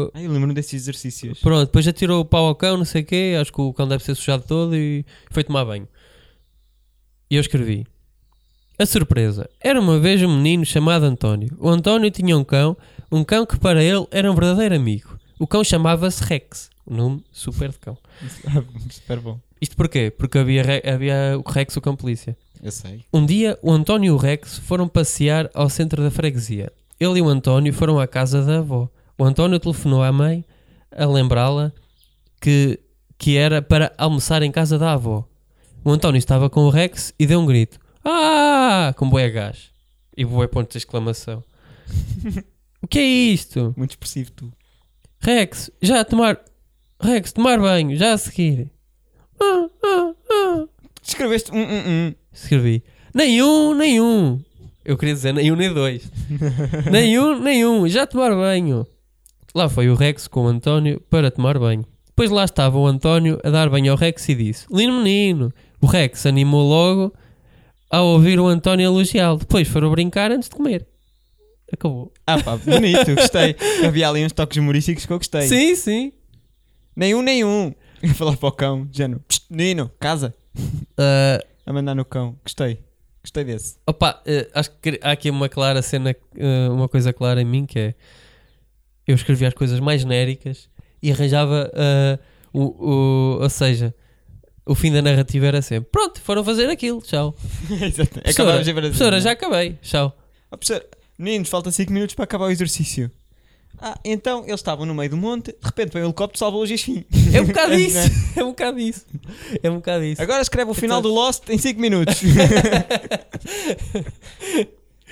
Speaker 3: uh,
Speaker 2: Ah, eu lembro-me desses exercícios.
Speaker 3: pronto, depois atirou o pau ao cão, não sei o quê. Acho que o cão deve ser sujado todo e foi tomar banho. E eu escrevi. A surpresa. Era uma vez um menino chamado António. O António tinha um cão, um cão que para ele era um verdadeiro amigo. O cão chamava-se Rex. Um nome super de cão.
Speaker 2: Super bom.
Speaker 3: Isto porquê? Porque havia, re- havia o Rex, o cão polícia.
Speaker 2: Eu sei.
Speaker 3: Um dia, o António e o Rex foram passear ao centro da freguesia. Ele e o António foram à casa da avó. O António telefonou à mãe a lembrá-la que, que era para almoçar em casa da avó. O António estava com o Rex e deu um grito. Ah! Com boé gás. E boé ponto de exclamação. o que é isto?
Speaker 2: Muito expressivo tu.
Speaker 3: Rex, já a tomar... Rex, tomar banho, já a seguir. Ah, ah, ah
Speaker 2: Descreveste um, um, um.
Speaker 3: escrevi nenhum, nenhum. Eu queria dizer nenhum nem dois. nenhum, nenhum. Já tomar banho. Lá foi o Rex com o António para tomar banho. Depois lá estava o António a dar banho ao Rex e disse: Lindo menino. O Rex animou logo ao ouvir o António elogiá-lo. Depois foram brincar antes de comer. Acabou.
Speaker 2: Ah pá, bonito, gostei. Havia ali uns toques humorísticos que eu gostei. um,
Speaker 3: Sim, sim.
Speaker 2: Nenhum, nenhum. A falar para o cão, género. "Psst, Menino, casa.
Speaker 3: Ah,
Speaker 2: A mandar no cão. Gostei. Gostei desse.
Speaker 3: Opa, eh, acho que há aqui uma clara cena, eh, uma coisa clara em mim que é eu escrevia as coisas mais genéricas e arranjava eh, o, o- ou seja, o fim da narrativa era sempre pronto, foram fazer aquilo, tchau.
Speaker 2: Exato.
Speaker 3: Professora,
Speaker 2: Acabámos em Brasil,
Speaker 3: professora,
Speaker 2: não é?
Speaker 3: já acabei, tchau.
Speaker 2: Ah, professor, meninos, falta 5 minutos para acabar o exercício. Ah, então eles estavam no meio do monte, de repente veio um helicóptero salvou os Gixim.
Speaker 3: É um bocado isso, é um bocado isso, é um bocado isso.
Speaker 2: Agora escreve o final do Lost em 5 minutos.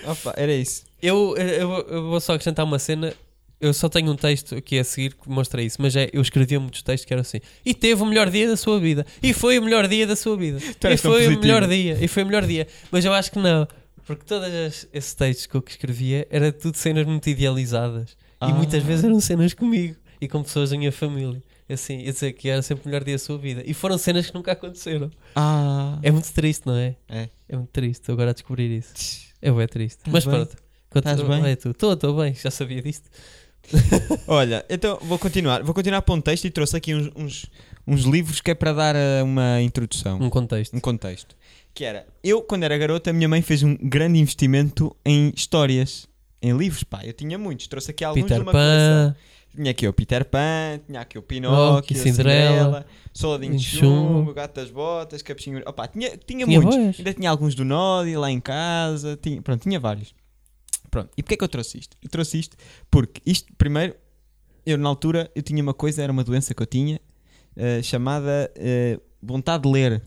Speaker 2: Opa, era isso.
Speaker 3: Eu, eu, vou- eu vou só acrescentar uma cena. Eu só tenho um texto aqui a seguir que mostra isso, mas é, eu escrevia muitos textos que eram assim. E teve o melhor dia da sua vida. E foi o melhor dia da sua vida.
Speaker 2: Tu
Speaker 3: E
Speaker 2: és tão
Speaker 3: foi o
Speaker 2: positivo.
Speaker 3: melhor dia. E foi o melhor dia. Mas eu acho que não. Porque todos esses textos que eu que escrevia era tudo cenas muito idealizadas. E
Speaker 2: Ah.
Speaker 3: muitas vezes eram cenas comigo e com pessoas da minha família. Assim, a dizer que era sempre o melhor dia da sua vida. E foram cenas que nunca aconteceram.
Speaker 2: Ah,
Speaker 3: É muito triste, não é?
Speaker 2: É.
Speaker 3: É muito triste eu agora descobrir isso. É bué triste.
Speaker 2: Estás
Speaker 3: Mas
Speaker 2: Tá bem?
Speaker 3: pronto.
Speaker 2: Estás bem?
Speaker 3: Estou, estou bem. Já sabia disto.
Speaker 2: Olha, então vou continuar. Vou continuar para um texto e trouxe aqui uns, uns, uns livros que é para dar ah, uma introdução.
Speaker 3: Um contexto.
Speaker 2: um contexto. Que era, eu quando era garota, a minha mãe fez um grande investimento em histórias, em livros, pá, eu tinha muitos, trouxe aqui alguns de
Speaker 3: Peter
Speaker 2: uma coleção.
Speaker 3: Pan.
Speaker 2: Tinha aqui o Peter Pan, tinha aqui o Pinóquio,
Speaker 3: Oh,
Speaker 2: a
Speaker 3: Cinderela,
Speaker 2: Cinderela, Soladinho de
Speaker 3: de Chumbo.
Speaker 2: Chumbo, Gato das Botas, Capuchinho... Opa, tinha, tinha,
Speaker 3: Tinha
Speaker 2: muitos.
Speaker 3: vários.
Speaker 2: Ainda tinha alguns do Nodi lá em casa, tinha, pronto, tinha vários. Pronto, e porquê é que eu trouxe isto? Eu trouxe isto porque isto, primeiro, eu na altura, eu tinha uma coisa, era uma doença que eu tinha, eh, chamada eh, vontade de ler.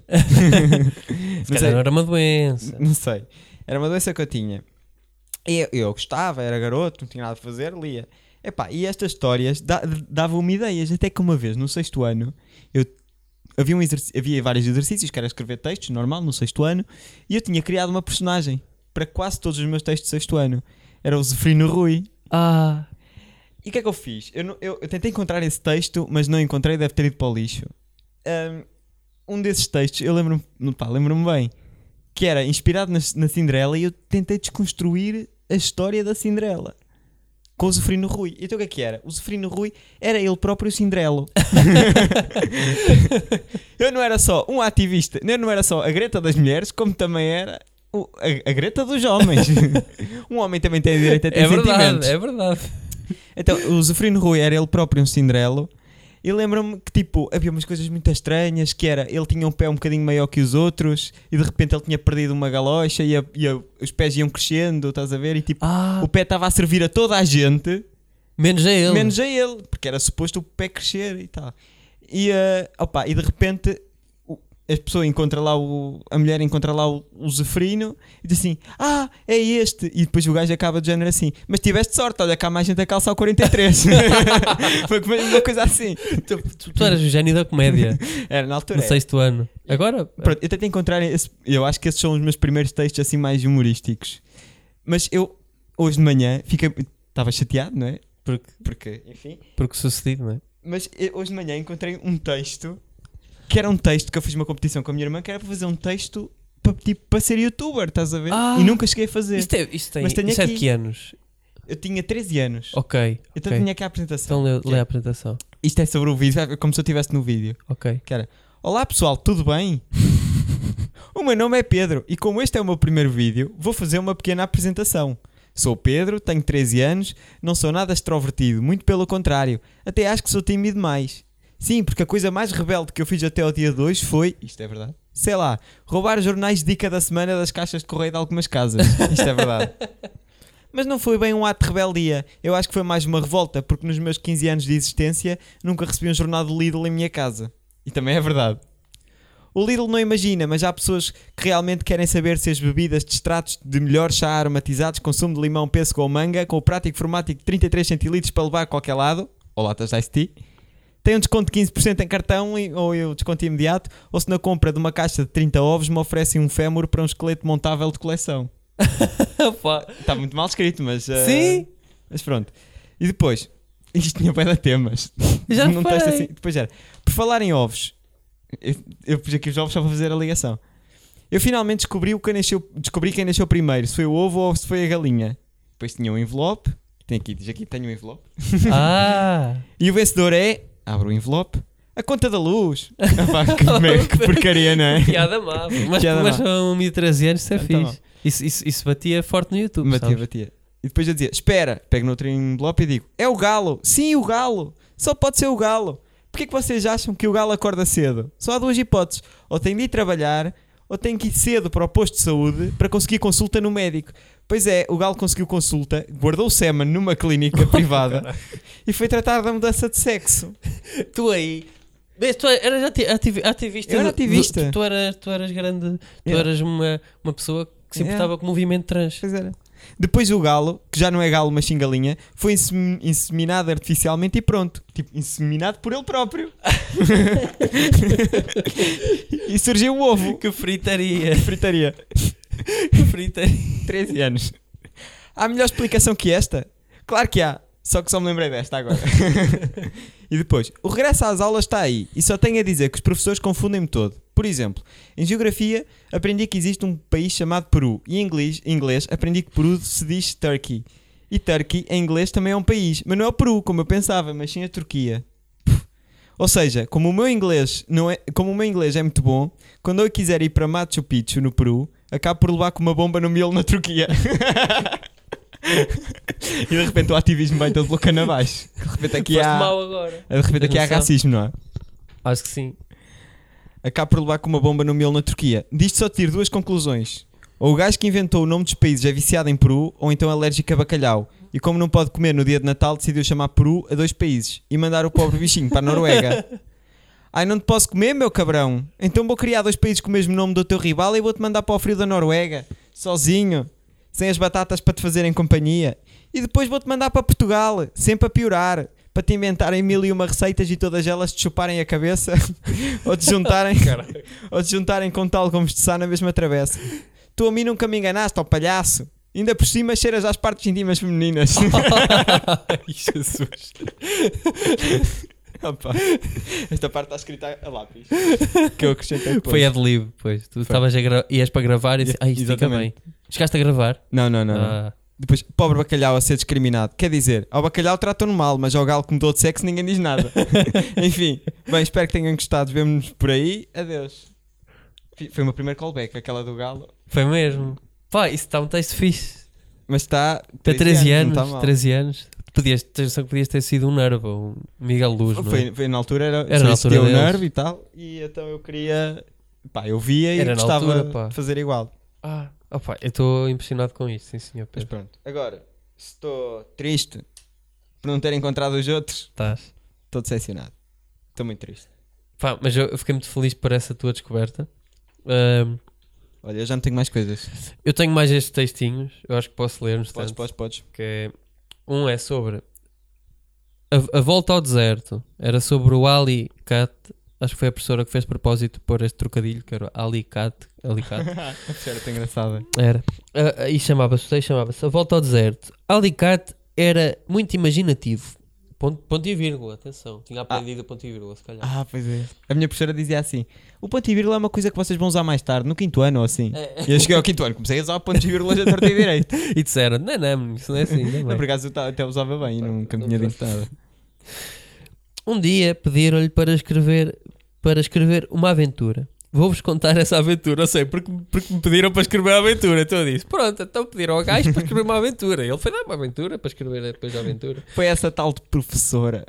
Speaker 3: Se
Speaker 2: Mas
Speaker 3: calhar
Speaker 2: é-
Speaker 3: não era uma doença.
Speaker 2: não sei. Era uma doença que eu tinha. Eu, eu gostava, era garoto, não tinha nada a fazer, lia. Epá, e estas histórias da- davam-me ideias. Até que uma vez, no sexto ano, eu havia, um exerc- havia vários exercícios, que era escrever textos, normal, no sexto ano, e eu tinha criado uma personagem para quase todos os meus textos de sexto ano. Era o Zefrino Rui.
Speaker 3: Ah,
Speaker 2: E o que é que eu fiz? Eu, não- eu- eu tentei encontrar esse texto, mas não encontrei, deve ter ido para o lixo. Ahm, Um, desses textos, eu lembro-me, pá, lembro-me bem, que era inspirado na, na Cinderela e eu tentei desconstruir a história da Cinderela. Com o Zofrino Rui. Então o que é que era? O Zofrino Rui era ele próprio Cinderelo. eu não era só um ativista, eu não era só a Greta das Mulheres, como também era o- a, a greta dos homens. um homem também tem direito a ter
Speaker 3: É
Speaker 2: sentimentos.
Speaker 3: verdade, é verdade.
Speaker 2: Então, o Zofrino Rui era ele próprio um Cinderelo. E lembro-me que, tipo, havia umas coisas muito estranhas, que era, ele tinha um pé um bocadinho maior que os outros, e de repente ele tinha perdido uma galocha, e, a- e a- os pés iam crescendo, estás a ver? E, tipo,
Speaker 3: Ah,
Speaker 2: o pé estava a servir a toda a gente,
Speaker 3: menos é ele.
Speaker 2: menos a ele, porque era suposto o pé crescer e tal. E, eh, opa, e de repente o- a pessoa encontra lá o. A mulher encontra lá o, o Zefrino e diz assim: Ah, é este! E depois o gajo acaba do género assim: Mas tiveste sorte, olha cá mais gente a calçar o 43. Foi como uma coisa assim.
Speaker 3: Tu, tu- tu eras o gênio da comédia
Speaker 2: Era na altura.
Speaker 3: no sexto ano. Agora,
Speaker 2: Pronto, eu tentei encontrar esse- Eu acho que esses são os meus primeiros textos assim mais humorísticos. Mas eu, hoje de manhã, fiquei. Estava chateado, não é?
Speaker 3: porque,
Speaker 2: Porque, enfim.
Speaker 3: porque sucedido, não é?
Speaker 2: Mas eu- hoje de manhã encontrei um texto que era um texto que eu fiz uma competição com a minha irmã que era para fazer um texto para, tipo, para ser youtuber, estás a ver?
Speaker 3: Ah!
Speaker 2: e nunca cheguei a fazer.
Speaker 3: Isto, é, isto tem,
Speaker 2: Mas tenho
Speaker 3: isto é de
Speaker 2: aqui-
Speaker 3: que anos?
Speaker 2: Eu tinha 13 anos.
Speaker 3: Ok.
Speaker 2: Então
Speaker 3: ok.
Speaker 2: tinha aqui a apresentação.
Speaker 3: Então lê, lê a apresentação.
Speaker 2: Isto é sobre o vídeo, vai ver como se eu estivesse no vídeo.
Speaker 3: Ok.
Speaker 2: Que era: Olá pessoal, tudo bem? o meu nome é Pedro e como este é o meu primeiro vídeo, vou fazer uma pequena apresentação. Sou Pedro, tenho 13 anos, não sou nada extrovertido, muito pelo contrário, até acho que sou tímido demais. Sim, porque a coisa mais rebelde que eu fiz até ao dia 2 foi, isto é verdade, sei lá, roubar jornais de dica da semana das caixas de correio de algumas casas. Isto é verdade. Mas não foi bem um ato de rebeldia. Eu acho que foi mais uma revolta, porque nos meus 15 anos de existência nunca recebi um jornal do Lidl em minha casa. E também é verdade. O Lidl não imagina, mas há pessoas que realmente querem saber se as bebidas de extratos de melhor chá aromatizados, consumo de limão, pêssego ou manga, com o prático formático de 33 centilitros para levar a qualquer lado, ou latas de iced tea, tem um desconto de 15% em cartão e- ou eu desconto imediato, ou se na compra de uma caixa de 30 ovos me oferecem um fémur para um esqueleto montável de coleção.
Speaker 3: Opa.
Speaker 2: Está muito mal escrito, mas... eh,
Speaker 3: Sim,
Speaker 2: mas pronto. E depois, isto tinha bué de temas.
Speaker 3: Já
Speaker 2: Num texto
Speaker 3: reparei.
Speaker 2: Depois era, por falar em ovos, eu, eu pus aqui os ovos só para fazer a ligação. Eu finalmente descobri, o que nasceu, descobri quem nasceu primeiro, se foi o ovo ou se foi a galinha. Depois tinha um envelope, tem aqui, diz aqui, tenho um envelope.
Speaker 3: Ah,
Speaker 2: E o vencedor é, abre o envelope, a conta da luz. Epá, que, mer- que porcaria, não é?
Speaker 3: piada má. Mas,
Speaker 2: Piada
Speaker 3: mas
Speaker 2: má.
Speaker 3: são um miúdo de 13 anos, isso é
Speaker 2: Tá
Speaker 3: fixe. Isso, isso, isso batia forte no YouTube,
Speaker 2: Batia,
Speaker 3: sabes?
Speaker 2: batia. E depois eu dizia: Espera, pego no outro envelope e digo: É o galo! Sim, o galo! Só pode ser o galo! Porquê que vocês acham que o galo acorda cedo? Só há duas hipóteses: ou tem de ir trabalhar, ou tem que ir cedo para o posto de saúde para conseguir consulta no médico. Pois é, o galo conseguiu consulta, guardou o semen numa
Speaker 3: Oh,
Speaker 2: clínica privada e foi tratar da mudança de sexo.
Speaker 3: Tu aí. Vês, tu eras ati- ativi- ativista.
Speaker 2: Eu era
Speaker 3: do- do-
Speaker 2: ativista.
Speaker 3: Tu, tu eras, tu eras grande. Tu
Speaker 2: Yeah.
Speaker 3: eras uma, uma pessoa que se
Speaker 2: Yeah.
Speaker 3: importava com o movimento trans.
Speaker 2: Pois era. Depois o galo, que já não é galo, mas sim galinha, foi insemi- inseminado artificialmente e pronto. Tipo, inseminado por ele próprio. e surgiu o ovo.
Speaker 3: Que fritaria.
Speaker 2: Fritaria.
Speaker 3: Que fritaria.
Speaker 2: 13 anos. Há melhor explicação que esta? Claro que há. Só que só me lembrei desta agora. e depois, o regresso às aulas está aí e só tenho a dizer que os professores confundem-me todo. Por exemplo, em geografia aprendi que existe um país chamado Peru e em inglês, em inglês aprendi que Peru se diz Turkey. E Turkey em inglês também é um país, mas não é o Peru como eu pensava, mas sim a Turquia. Puf. Ou seja, como o meu inglês não é, como o meu inglês é muito bom, quando eu quiser ir para Machu Picchu no Peru, acabo por levar com uma bomba no miolo na Turquia. e de repente o ativismo vai todo pelo cano abaixo. De repente aqui
Speaker 3: Foste
Speaker 2: há,
Speaker 3: mal agora.
Speaker 2: de repente aqui há
Speaker 3: Atenção.
Speaker 2: racismo, não é?
Speaker 3: Acho que sim.
Speaker 2: Acabo por levar com uma bomba no miolo na Turquia. Disto só tiro duas conclusões. Ou o gajo que inventou o nome dos países é viciado em Peru, ou então é alérgico a bacalhau. E como não pode comer no dia de Natal, decidiu chamar Peru a dois países e mandar o pobre bichinho para a Noruega. Ai, não te posso comer, meu cabrão. Então vou criar dois países com o mesmo nome do teu rival e vou-te mandar para o frio da Noruega, sozinho, sem as batatas para te fazerem companhia. E depois vou-te mandar para Portugal, sempre a piorar, para te inventarem mil e uma receitas e todas elas te chuparem a cabeça ou te juntarem, ou te juntarem com tal como esteçar na mesma travessa. Tu a mim nunca me enganaste, ó palhaço. Ainda por cima cheiras às partes íntimas femininas.
Speaker 3: Ai, Jesus.
Speaker 2: Opa, Esta parte está escrita a lápis. Que eu acrescentei depois.
Speaker 3: Foi ad-lib, pois. Tu estavas a gra... ias para gravar e disse,
Speaker 2: Yeah,
Speaker 3: ah, isto fica bem.
Speaker 2: exatamente.
Speaker 3: Chegaste a gravar?
Speaker 2: Não, não, não. não.
Speaker 3: Ah.
Speaker 2: Depois, pobre bacalhau a ser discriminado. Quer dizer, ao bacalhau tratam-no mal, mas ao galo que mudou de sexo ninguém diz nada. Enfim, bem, espero que tenham gostado. Vemo-nos por aí. Adeus. Fi- Foi o meu primeiro callback, aquela do galo.
Speaker 3: Foi mesmo. Pá, isso está um texto fixe.
Speaker 2: Mas está.
Speaker 3: Para 13 anos,
Speaker 2: não está mal.
Speaker 3: 13 anos. Podias, atenção que podias ter sido um Nervo, um Miguel Luz, não é?
Speaker 2: Foi, foi na altura, era,
Speaker 3: Era
Speaker 2: só
Speaker 3: na
Speaker 2: existia
Speaker 3: altura
Speaker 2: o
Speaker 3: deles.
Speaker 2: Nerve e tal. E então eu queria. Pá, eu via e
Speaker 3: Era na
Speaker 2: gostava
Speaker 3: altura, pá.
Speaker 2: de fazer igual.
Speaker 3: Ah, opa, eu estou impressionado com isto, sim senhor
Speaker 2: Mas
Speaker 3: Pedro.
Speaker 2: pronto. Agora, se estou triste por não ter encontrado os outros,
Speaker 3: Estás.
Speaker 2: estou decepcionado. Estou muito triste.
Speaker 3: Pá, mas eu, eu fiquei muito feliz por essa tua descoberta. Ahm,
Speaker 2: Olha, eu já não tenho mais coisas.
Speaker 3: eu tenho mais estes textinhos, eu acho que posso ler nos
Speaker 2: Podes,
Speaker 3: tantos.
Speaker 2: podes, podes.
Speaker 3: Que é- um é sobre a, a volta ao deserto. Era sobre o alicate. Acho que foi a professora que fez de propósito pôr este trocadilho, que era alicate. Alicate.
Speaker 2: Certo, engraçada.
Speaker 3: Era. Ah, ah, e chamava-se, o texto chamava-se A Volta ao Deserto. Alicate era muito imaginativo. Ponto, ponto e vírgula, atenção. Tinha aprendido o ponto e vírgula, se calhar.
Speaker 2: Ah, pois é. A minha professora dizia assim: o ponto e vírgula é uma coisa que vocês vão usar mais tarde, no quinto ano ou assim.
Speaker 3: É.
Speaker 2: E eu cheguei ao quinto ano, comecei a usar pontos e vírgulas a torta e direito.
Speaker 3: E disseram, não, não, isso não é assim. não é
Speaker 2: Não, por
Speaker 3: bem."
Speaker 2: acaso eu ta- até usava bem, e nunca me tinha dito nada.
Speaker 3: um dia pediram-lhe para escrever, para escrever uma aventura. Vou-vos contar essa aventura, eu sei, porque, porque me pediram para escrever a aventura. Então eu disse, pronto, então pediram ao gajo para escrever uma aventura. Ele foi dar uma aventura para escrever depois a aventura.
Speaker 2: Foi essa tal de professora.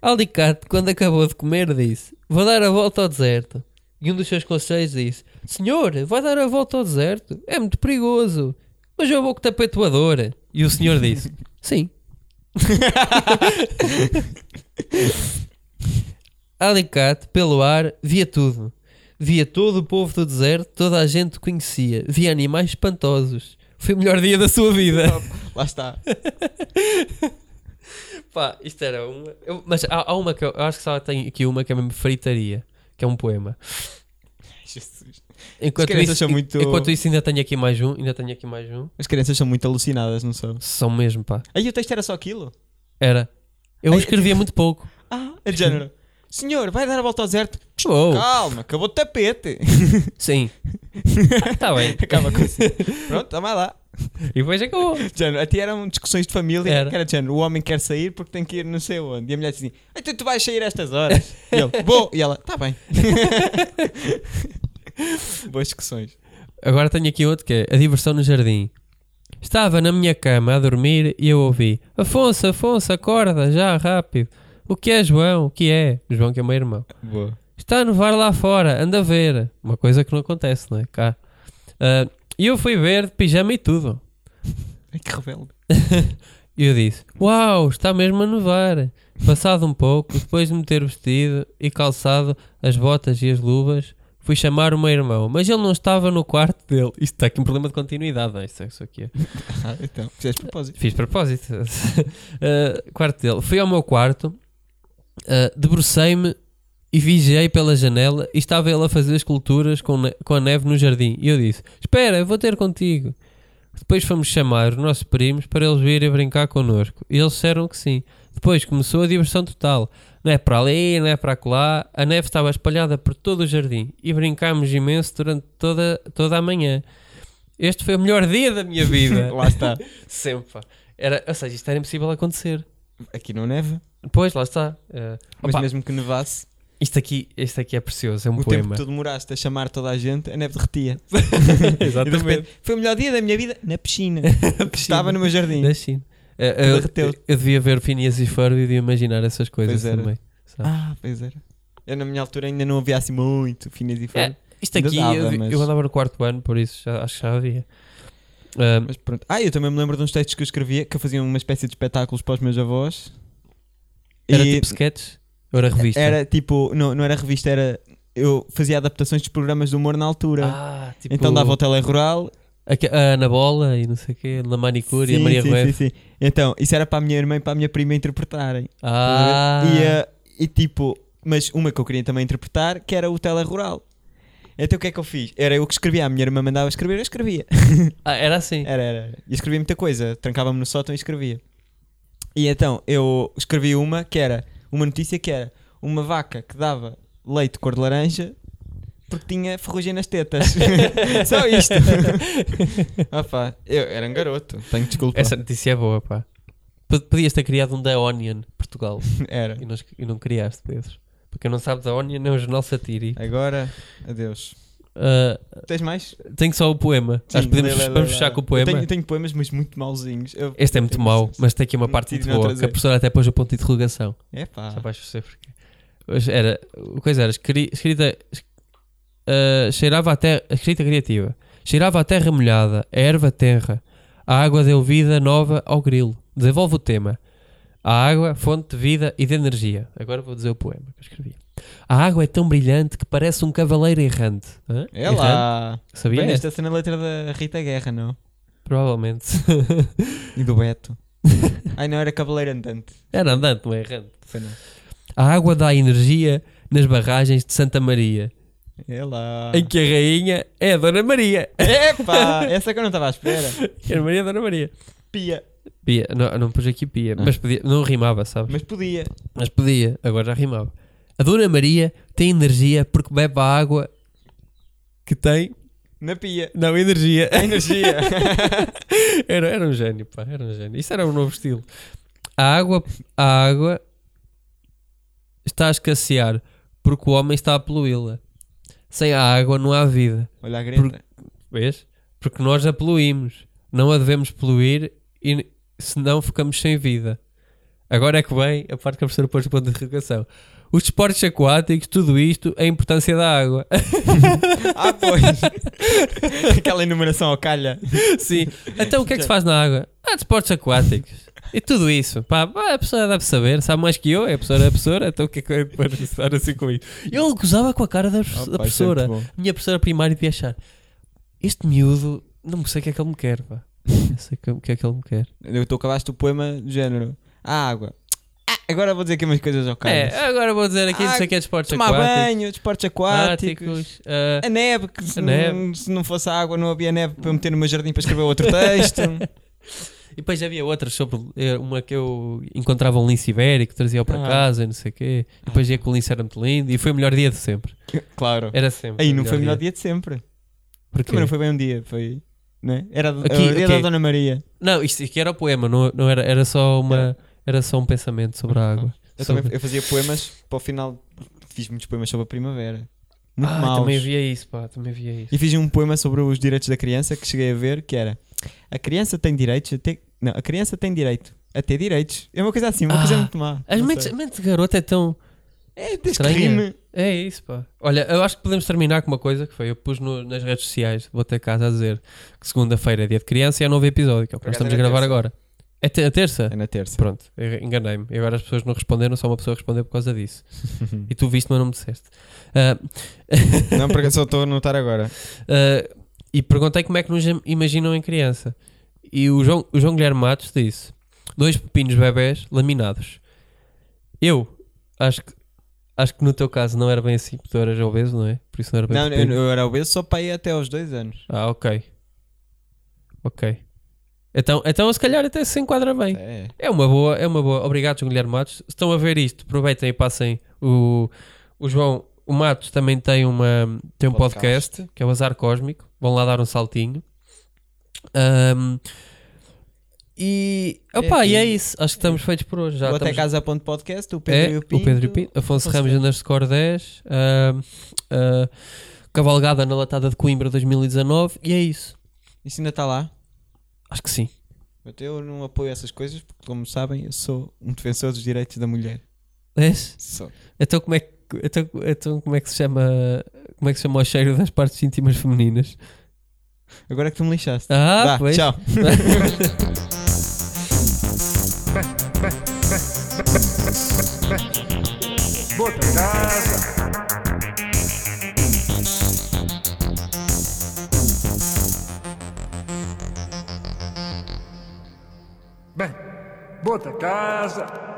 Speaker 3: Alicate, quando acabou de comer, disse: Vou dar a volta ao deserto. E um dos seus conselheiros disse: Senhor, vai dar a volta ao deserto? É muito perigoso. Mas eu vou com tapetuador. E o senhor disse: Sim. Alicate, pelo ar, via tudo. Via todo o povo do deserto, toda a gente o conhecia. Via animais espantosos. Foi o melhor dia da sua vida.
Speaker 2: Lá está.
Speaker 3: Pá, isto era uma. eu- mas há, há uma que eu, eu acho que só tem aqui uma que é mesmo fritaria, que é um poema.
Speaker 2: Jesus.
Speaker 3: Enquanto
Speaker 2: crianças
Speaker 3: isso,
Speaker 2: são muito-
Speaker 3: enquanto isso, ainda tenho aqui mais um, ainda tenho aqui mais um.
Speaker 2: As crianças são muito alucinadas, não são?
Speaker 3: São mesmo, pá.
Speaker 2: Aí o texto era só aquilo?
Speaker 3: Era. Eu escrevia muito pouco.
Speaker 2: Ah, é de género. Senhor, vai dar a volta ao deserto.
Speaker 3: Uou,
Speaker 2: Calma, acabou o tapete.
Speaker 3: Sim. Está bem.
Speaker 2: Acaba com assim. Pronto, toma lá.
Speaker 3: E depois acabou.
Speaker 2: De género, até eram discussões de família
Speaker 3: Era.
Speaker 2: que era de género. O homem quer sair porque tem que ir não sei onde. E a mulher dizia assim: Então tu vais sair a estas horas. E ele, vou. E ela, tá bem. Boas discussões.
Speaker 3: Agora tenho aqui outro que é A Diversão no Jardim. Estava na minha cama a dormir e eu ouvi: Afonso, Afonso, acorda, já, rápido. O que é, João? O que é? João, que é meu irmão.
Speaker 2: Boa.
Speaker 3: Está a nevar lá fora, anda a ver. Uma coisa que não acontece, não é? Cá. Ah, E eu fui ver de pijama e tudo.
Speaker 2: Ai que rebelde.
Speaker 3: E eu disse: Uau, está mesmo a nevar. Passado um pouco, depois de me ter vestido e calçado as botas e as luvas, fui chamar o meu irmão, mas ele não estava no quarto dele. Isto está aqui um problema de continuidade, não é? Isto é isso aqui. é-
Speaker 2: Ah, então, fizeste propósito.
Speaker 3: Fiz propósito. Uh, quarto dele. Fui ao meu quarto, uh, debrucei-me e vigiei pela janela e estava ele a fazer esculturas com, ne- com a neve no jardim. E eu disse: Espera, eu vou ter contigo. Depois fomos chamar os nossos primos para eles virem brincar connosco. E eles disseram que sim. Depois começou a diversão total. Não é para ali, não é para lá. A neve estava espalhada por todo o jardim e brincámos imenso durante toda, toda a manhã. Este foi o melhor dia da minha vida.
Speaker 2: Lá está.
Speaker 3: Sempre. pá. Era, ou seja, isto era impossível acontecer.
Speaker 2: Aqui não neva,
Speaker 3: Pois, lá está. Eh,
Speaker 2: mas
Speaker 3: opa,
Speaker 2: mesmo que nevasse,
Speaker 3: isto, aqui, isto aqui é precioso, é um
Speaker 2: o tempo
Speaker 3: poema.
Speaker 2: que tu demoraste a chamar toda a gente, a neve derretia. E de
Speaker 3: Exatamente.
Speaker 2: repente, foi o melhor dia da minha vida na piscina. Estava no meu jardim.
Speaker 3: Da China. Eh, eh, eu,
Speaker 2: Derreteu-te.
Speaker 3: eu devia ver Phineas e Ferb e de imaginar essas coisas
Speaker 2: Pois era.
Speaker 3: também. sabe?
Speaker 2: Ah, pois era. Eu na minha altura ainda não havia assim muito finas e
Speaker 3: É,
Speaker 2: feias.
Speaker 3: isto
Speaker 2: ainda
Speaker 3: aqui
Speaker 2: dava,
Speaker 3: eu, vi-
Speaker 2: mas-
Speaker 3: eu andava no quarto ano, por isso já- acho que já havia. Eh,
Speaker 2: Mas pronto. Ah, eu também me lembro de uns textos que eu escrevia que eu fazia uma espécie de espetáculos para os meus avós.
Speaker 3: era
Speaker 2: E
Speaker 3: tipo sketch? Ou era revista?
Speaker 2: Era tipo, não, não era revista, era. Eu fazia adaptações de programas de humor na altura.
Speaker 3: Ah, tipo.
Speaker 2: Então dava o Tele Rural.
Speaker 3: aque- a Ana Bola e não sei o quê, La Manicure e a Maria
Speaker 2: sim,
Speaker 3: Rueff.
Speaker 2: sim, sim. Então, isso era para a minha irmã e para a minha prima interpretarem.
Speaker 3: Ah,
Speaker 2: E, eh, e tipo, mas uma que eu queria também interpretar, que era o Tele Rural. Então o que é que eu fiz? Era eu que escrevia, a minha irmã mandava escrever, eu escrevia.
Speaker 3: ah, era assim.
Speaker 2: Era, era. E escrevia muita coisa. Trancava-me no sótão e escrevia. E então, eu escrevi uma que era, uma notícia que era uma vaca que dava leite de cor de laranja porque tinha ferrugem nas tetas. Só isto. Opa, eu era um garoto. Tenho desculpa.
Speaker 3: Essa notícia é boa, pá. P- Podias ter criado um The Onion Portugal
Speaker 2: Era.
Speaker 3: e não, es- e não criaste, Pedro. Porque não sabe The Onion é um jornal satírico.
Speaker 2: Agora, adeus.
Speaker 3: Ah,
Speaker 2: Tens mais?
Speaker 3: tenho só o poema. Acho que podemos,
Speaker 2: Lê, lê, lê,
Speaker 3: vamos
Speaker 2: lê.
Speaker 3: fechar com o
Speaker 2: Eu
Speaker 3: poema.
Speaker 2: tenho, tenho poemas, mas muito mauzinhos. Eu-
Speaker 3: Este é muito
Speaker 2: tenho-
Speaker 3: mau, mas tem aqui uma parte
Speaker 2: Tiro
Speaker 3: muito
Speaker 2: na
Speaker 3: boa. Que a
Speaker 2: traseira.
Speaker 3: professora até pôs o ponto de interrogação.
Speaker 2: É pá.
Speaker 3: Já vais perceber porquê. Hoje era, o coisa era escri- escrita. es- ah, cheirava a terra. Escrita criativa. Cheirava a terra molhada, a erva terra. A água deu vida nova ao grilo. Desenvolve o tema. A água, fonte de vida e de energia. Agora vou dizer o poema que eu escrevi. A água é tão brilhante que parece um cavaleiro errante. Hã?
Speaker 2: É
Speaker 3: Errante?
Speaker 2: lá.
Speaker 3: Sabia?
Speaker 2: Bem, esta cena é letra da Rita Guerra, não?
Speaker 3: Provavelmente.
Speaker 2: E do Beto. Ai não, era Cavaleiro Andante.
Speaker 3: era andante, não é errante.
Speaker 2: Foi não.
Speaker 3: A água dá energia nas barragens de Santa Maria.
Speaker 2: É lá.
Speaker 3: Em que a rainha é a Dona Maria.
Speaker 2: Epá, essa que eu não estava à espera.
Speaker 3: Era Maria, Dona Maria.
Speaker 2: Pia.
Speaker 3: Pia, não, não pus aqui pia,
Speaker 2: Ah.
Speaker 3: mas podia, não rimava, sabes? Mas,
Speaker 2: Mas podia.
Speaker 3: podia, agora já rimava. A Dona Maria tem energia porque bebe a água que tem.
Speaker 2: Na pia.
Speaker 3: Não, energia.
Speaker 2: A energia.
Speaker 3: era, era um gênio, pá, era um gênio. Isso era um novo estilo. A água, a água está a escassear porque o homem está a poluí-la. Sem a água não há vida.
Speaker 2: Olha a Greta.
Speaker 3: Vês? Porque nós a poluímos. Não a devemos poluir e n- senão ficamos sem vida. Agora é que vem a parte que a professora pôs o ponto de interrogação. Os esportes aquáticos, tudo isto, a importância da água.
Speaker 2: Ah, pois. Aquela enumeração ao calha.
Speaker 3: Sim. Então o que é que se faz na água? Ah, de esportes aquáticos. E tudo isso. Pá, pá, a pessoa deve saber, sabe mais que eu, é a professora é a professora, então o que é que eu para estar assim com isso? Eu gozava com a cara da,
Speaker 2: Ah,
Speaker 3: profe-
Speaker 2: pá,
Speaker 3: da
Speaker 2: isso é muito
Speaker 3: professora.
Speaker 2: bom.
Speaker 3: minha professora primária devia achar este miúdo, não sei o que é que ele me quer, pá. Não sei o que é que ele me quer.
Speaker 2: Eu estou acabaste o poema do género. A água. Ah, agora vou dizer aqui umas coisas ao calha.
Speaker 3: É, agora vou dizer aqui, não sei o que é de esportes
Speaker 2: Ah, Tomar
Speaker 3: aquáticos.
Speaker 2: banho, desportos aquáticos.
Speaker 3: aquáticos ah,
Speaker 2: A neve, que se,
Speaker 3: A neve.
Speaker 2: Não, se não fosse a água não havia neve para eu meter no meu jardim para escrever outro texto.
Speaker 3: e depois havia outras sobre eh, uma que eu encontrava um lince ibérico, trazia-o para
Speaker 2: Ah.
Speaker 3: casa e não sei o quê. E depois ia com o lince era muito lindo e foi o melhor dia de sempre.
Speaker 2: claro.
Speaker 3: Era sempre.
Speaker 2: Aí não foi o melhor dia de sempre.
Speaker 3: Porquê?
Speaker 2: Também não foi bem um dia, foi. Né? Era o
Speaker 3: Aqui,
Speaker 2: dia
Speaker 3: ok.
Speaker 2: da Dona Maria.
Speaker 3: Não, isto aqui era o poema, não, não era, era só uma. Era só um pensamento sobre a água.
Speaker 2: Ah, Eu,
Speaker 3: Sobre-
Speaker 2: também, eu fazia poemas para o final. Fiz muitos poemas sobre a primavera. Muito
Speaker 3: Ah,
Speaker 2: maus.
Speaker 3: também havia isso, pá, também havia isso.
Speaker 2: E fiz um poema sobre os direitos da criança que cheguei a ver que era A criança tem direitos a ter. Não, a criança tem direito a ter direitos. É uma coisa assim, uma
Speaker 3: Ah,
Speaker 2: coisa muito má.
Speaker 3: As
Speaker 2: não
Speaker 3: mentes,
Speaker 2: sei.
Speaker 3: a mente de garoto é tão.
Speaker 2: É, desde que
Speaker 3: estranha.
Speaker 2: rime.
Speaker 3: É isso, pá. Olha, eu acho que podemos terminar com uma coisa que foi: eu pus no- nas redes sociais, vou até casa a dizer que segunda-feira é dia de criança e é novo episódio, que é o que
Speaker 2: Por
Speaker 3: nós
Speaker 2: acaso
Speaker 3: estamos
Speaker 2: é
Speaker 3: a
Speaker 2: na
Speaker 3: gravar
Speaker 2: terça.
Speaker 3: agora. É te- a terça?
Speaker 2: É na terça.
Speaker 3: Pronto, eu enganei-me. E agora as pessoas não responderam, só uma pessoa respondeu por causa disso. e tu viste, mas não me disseste. Ah,
Speaker 2: Não, porque eu só estou a notar agora.
Speaker 3: ah, e perguntei como é que nos im- imaginam em criança. E o João, o João Guilherme Matos disse: dois pepinos bebés laminados. Eu acho que. Acho que no teu caso não era bem assim, porque tu eras obeso, não é? Por isso não era bem
Speaker 2: Não,
Speaker 3: pepino.
Speaker 2: eu, eu era obeso só para ir até aos dois anos.
Speaker 3: Ah, ok. Ok. Então, então se calhar até se enquadra bem.
Speaker 2: É.
Speaker 3: É uma boa, é uma boa. Obrigado, João Guilherme Matos. Se estão a ver isto, aproveitem e passem o, o João. O Matos também tem, uma, tem um podcast,
Speaker 2: Podcast.
Speaker 3: que é o Azar Cósmico. Vão lá dar um saltinho. Ahm, e, opa,
Speaker 2: É,
Speaker 3: e é
Speaker 2: e-
Speaker 3: isso. Acho que estamos feitos por hoje. Já
Speaker 2: Já o até
Speaker 3: estamos-
Speaker 2: casa.podcast, o Pedro
Speaker 3: é,
Speaker 2: e o Pinto.
Speaker 3: o Pedro e o Pinto. Afonso
Speaker 2: Afonso
Speaker 3: Ramos
Speaker 2: Ramos.
Speaker 3: underscore 10. ahm, ah, Cavalgada na Latada de Coimbra 2019. E é isso.
Speaker 2: Isso ainda está lá.
Speaker 3: Acho que sim.
Speaker 2: Mas Eu não apoio essas coisas porque, como sabem, eu sou um defensor dos direitos da mulher.
Speaker 3: És?
Speaker 2: Sou.
Speaker 3: É Então como é que. Então, então como é que se chama como é que se chama o cheiro das partes íntimas femininas?
Speaker 2: Agora é que tu me lixaste.
Speaker 3: Ah,
Speaker 2: Vá,
Speaker 3: pois.
Speaker 2: tchau.
Speaker 1: Bota casa. Bem, bota casa.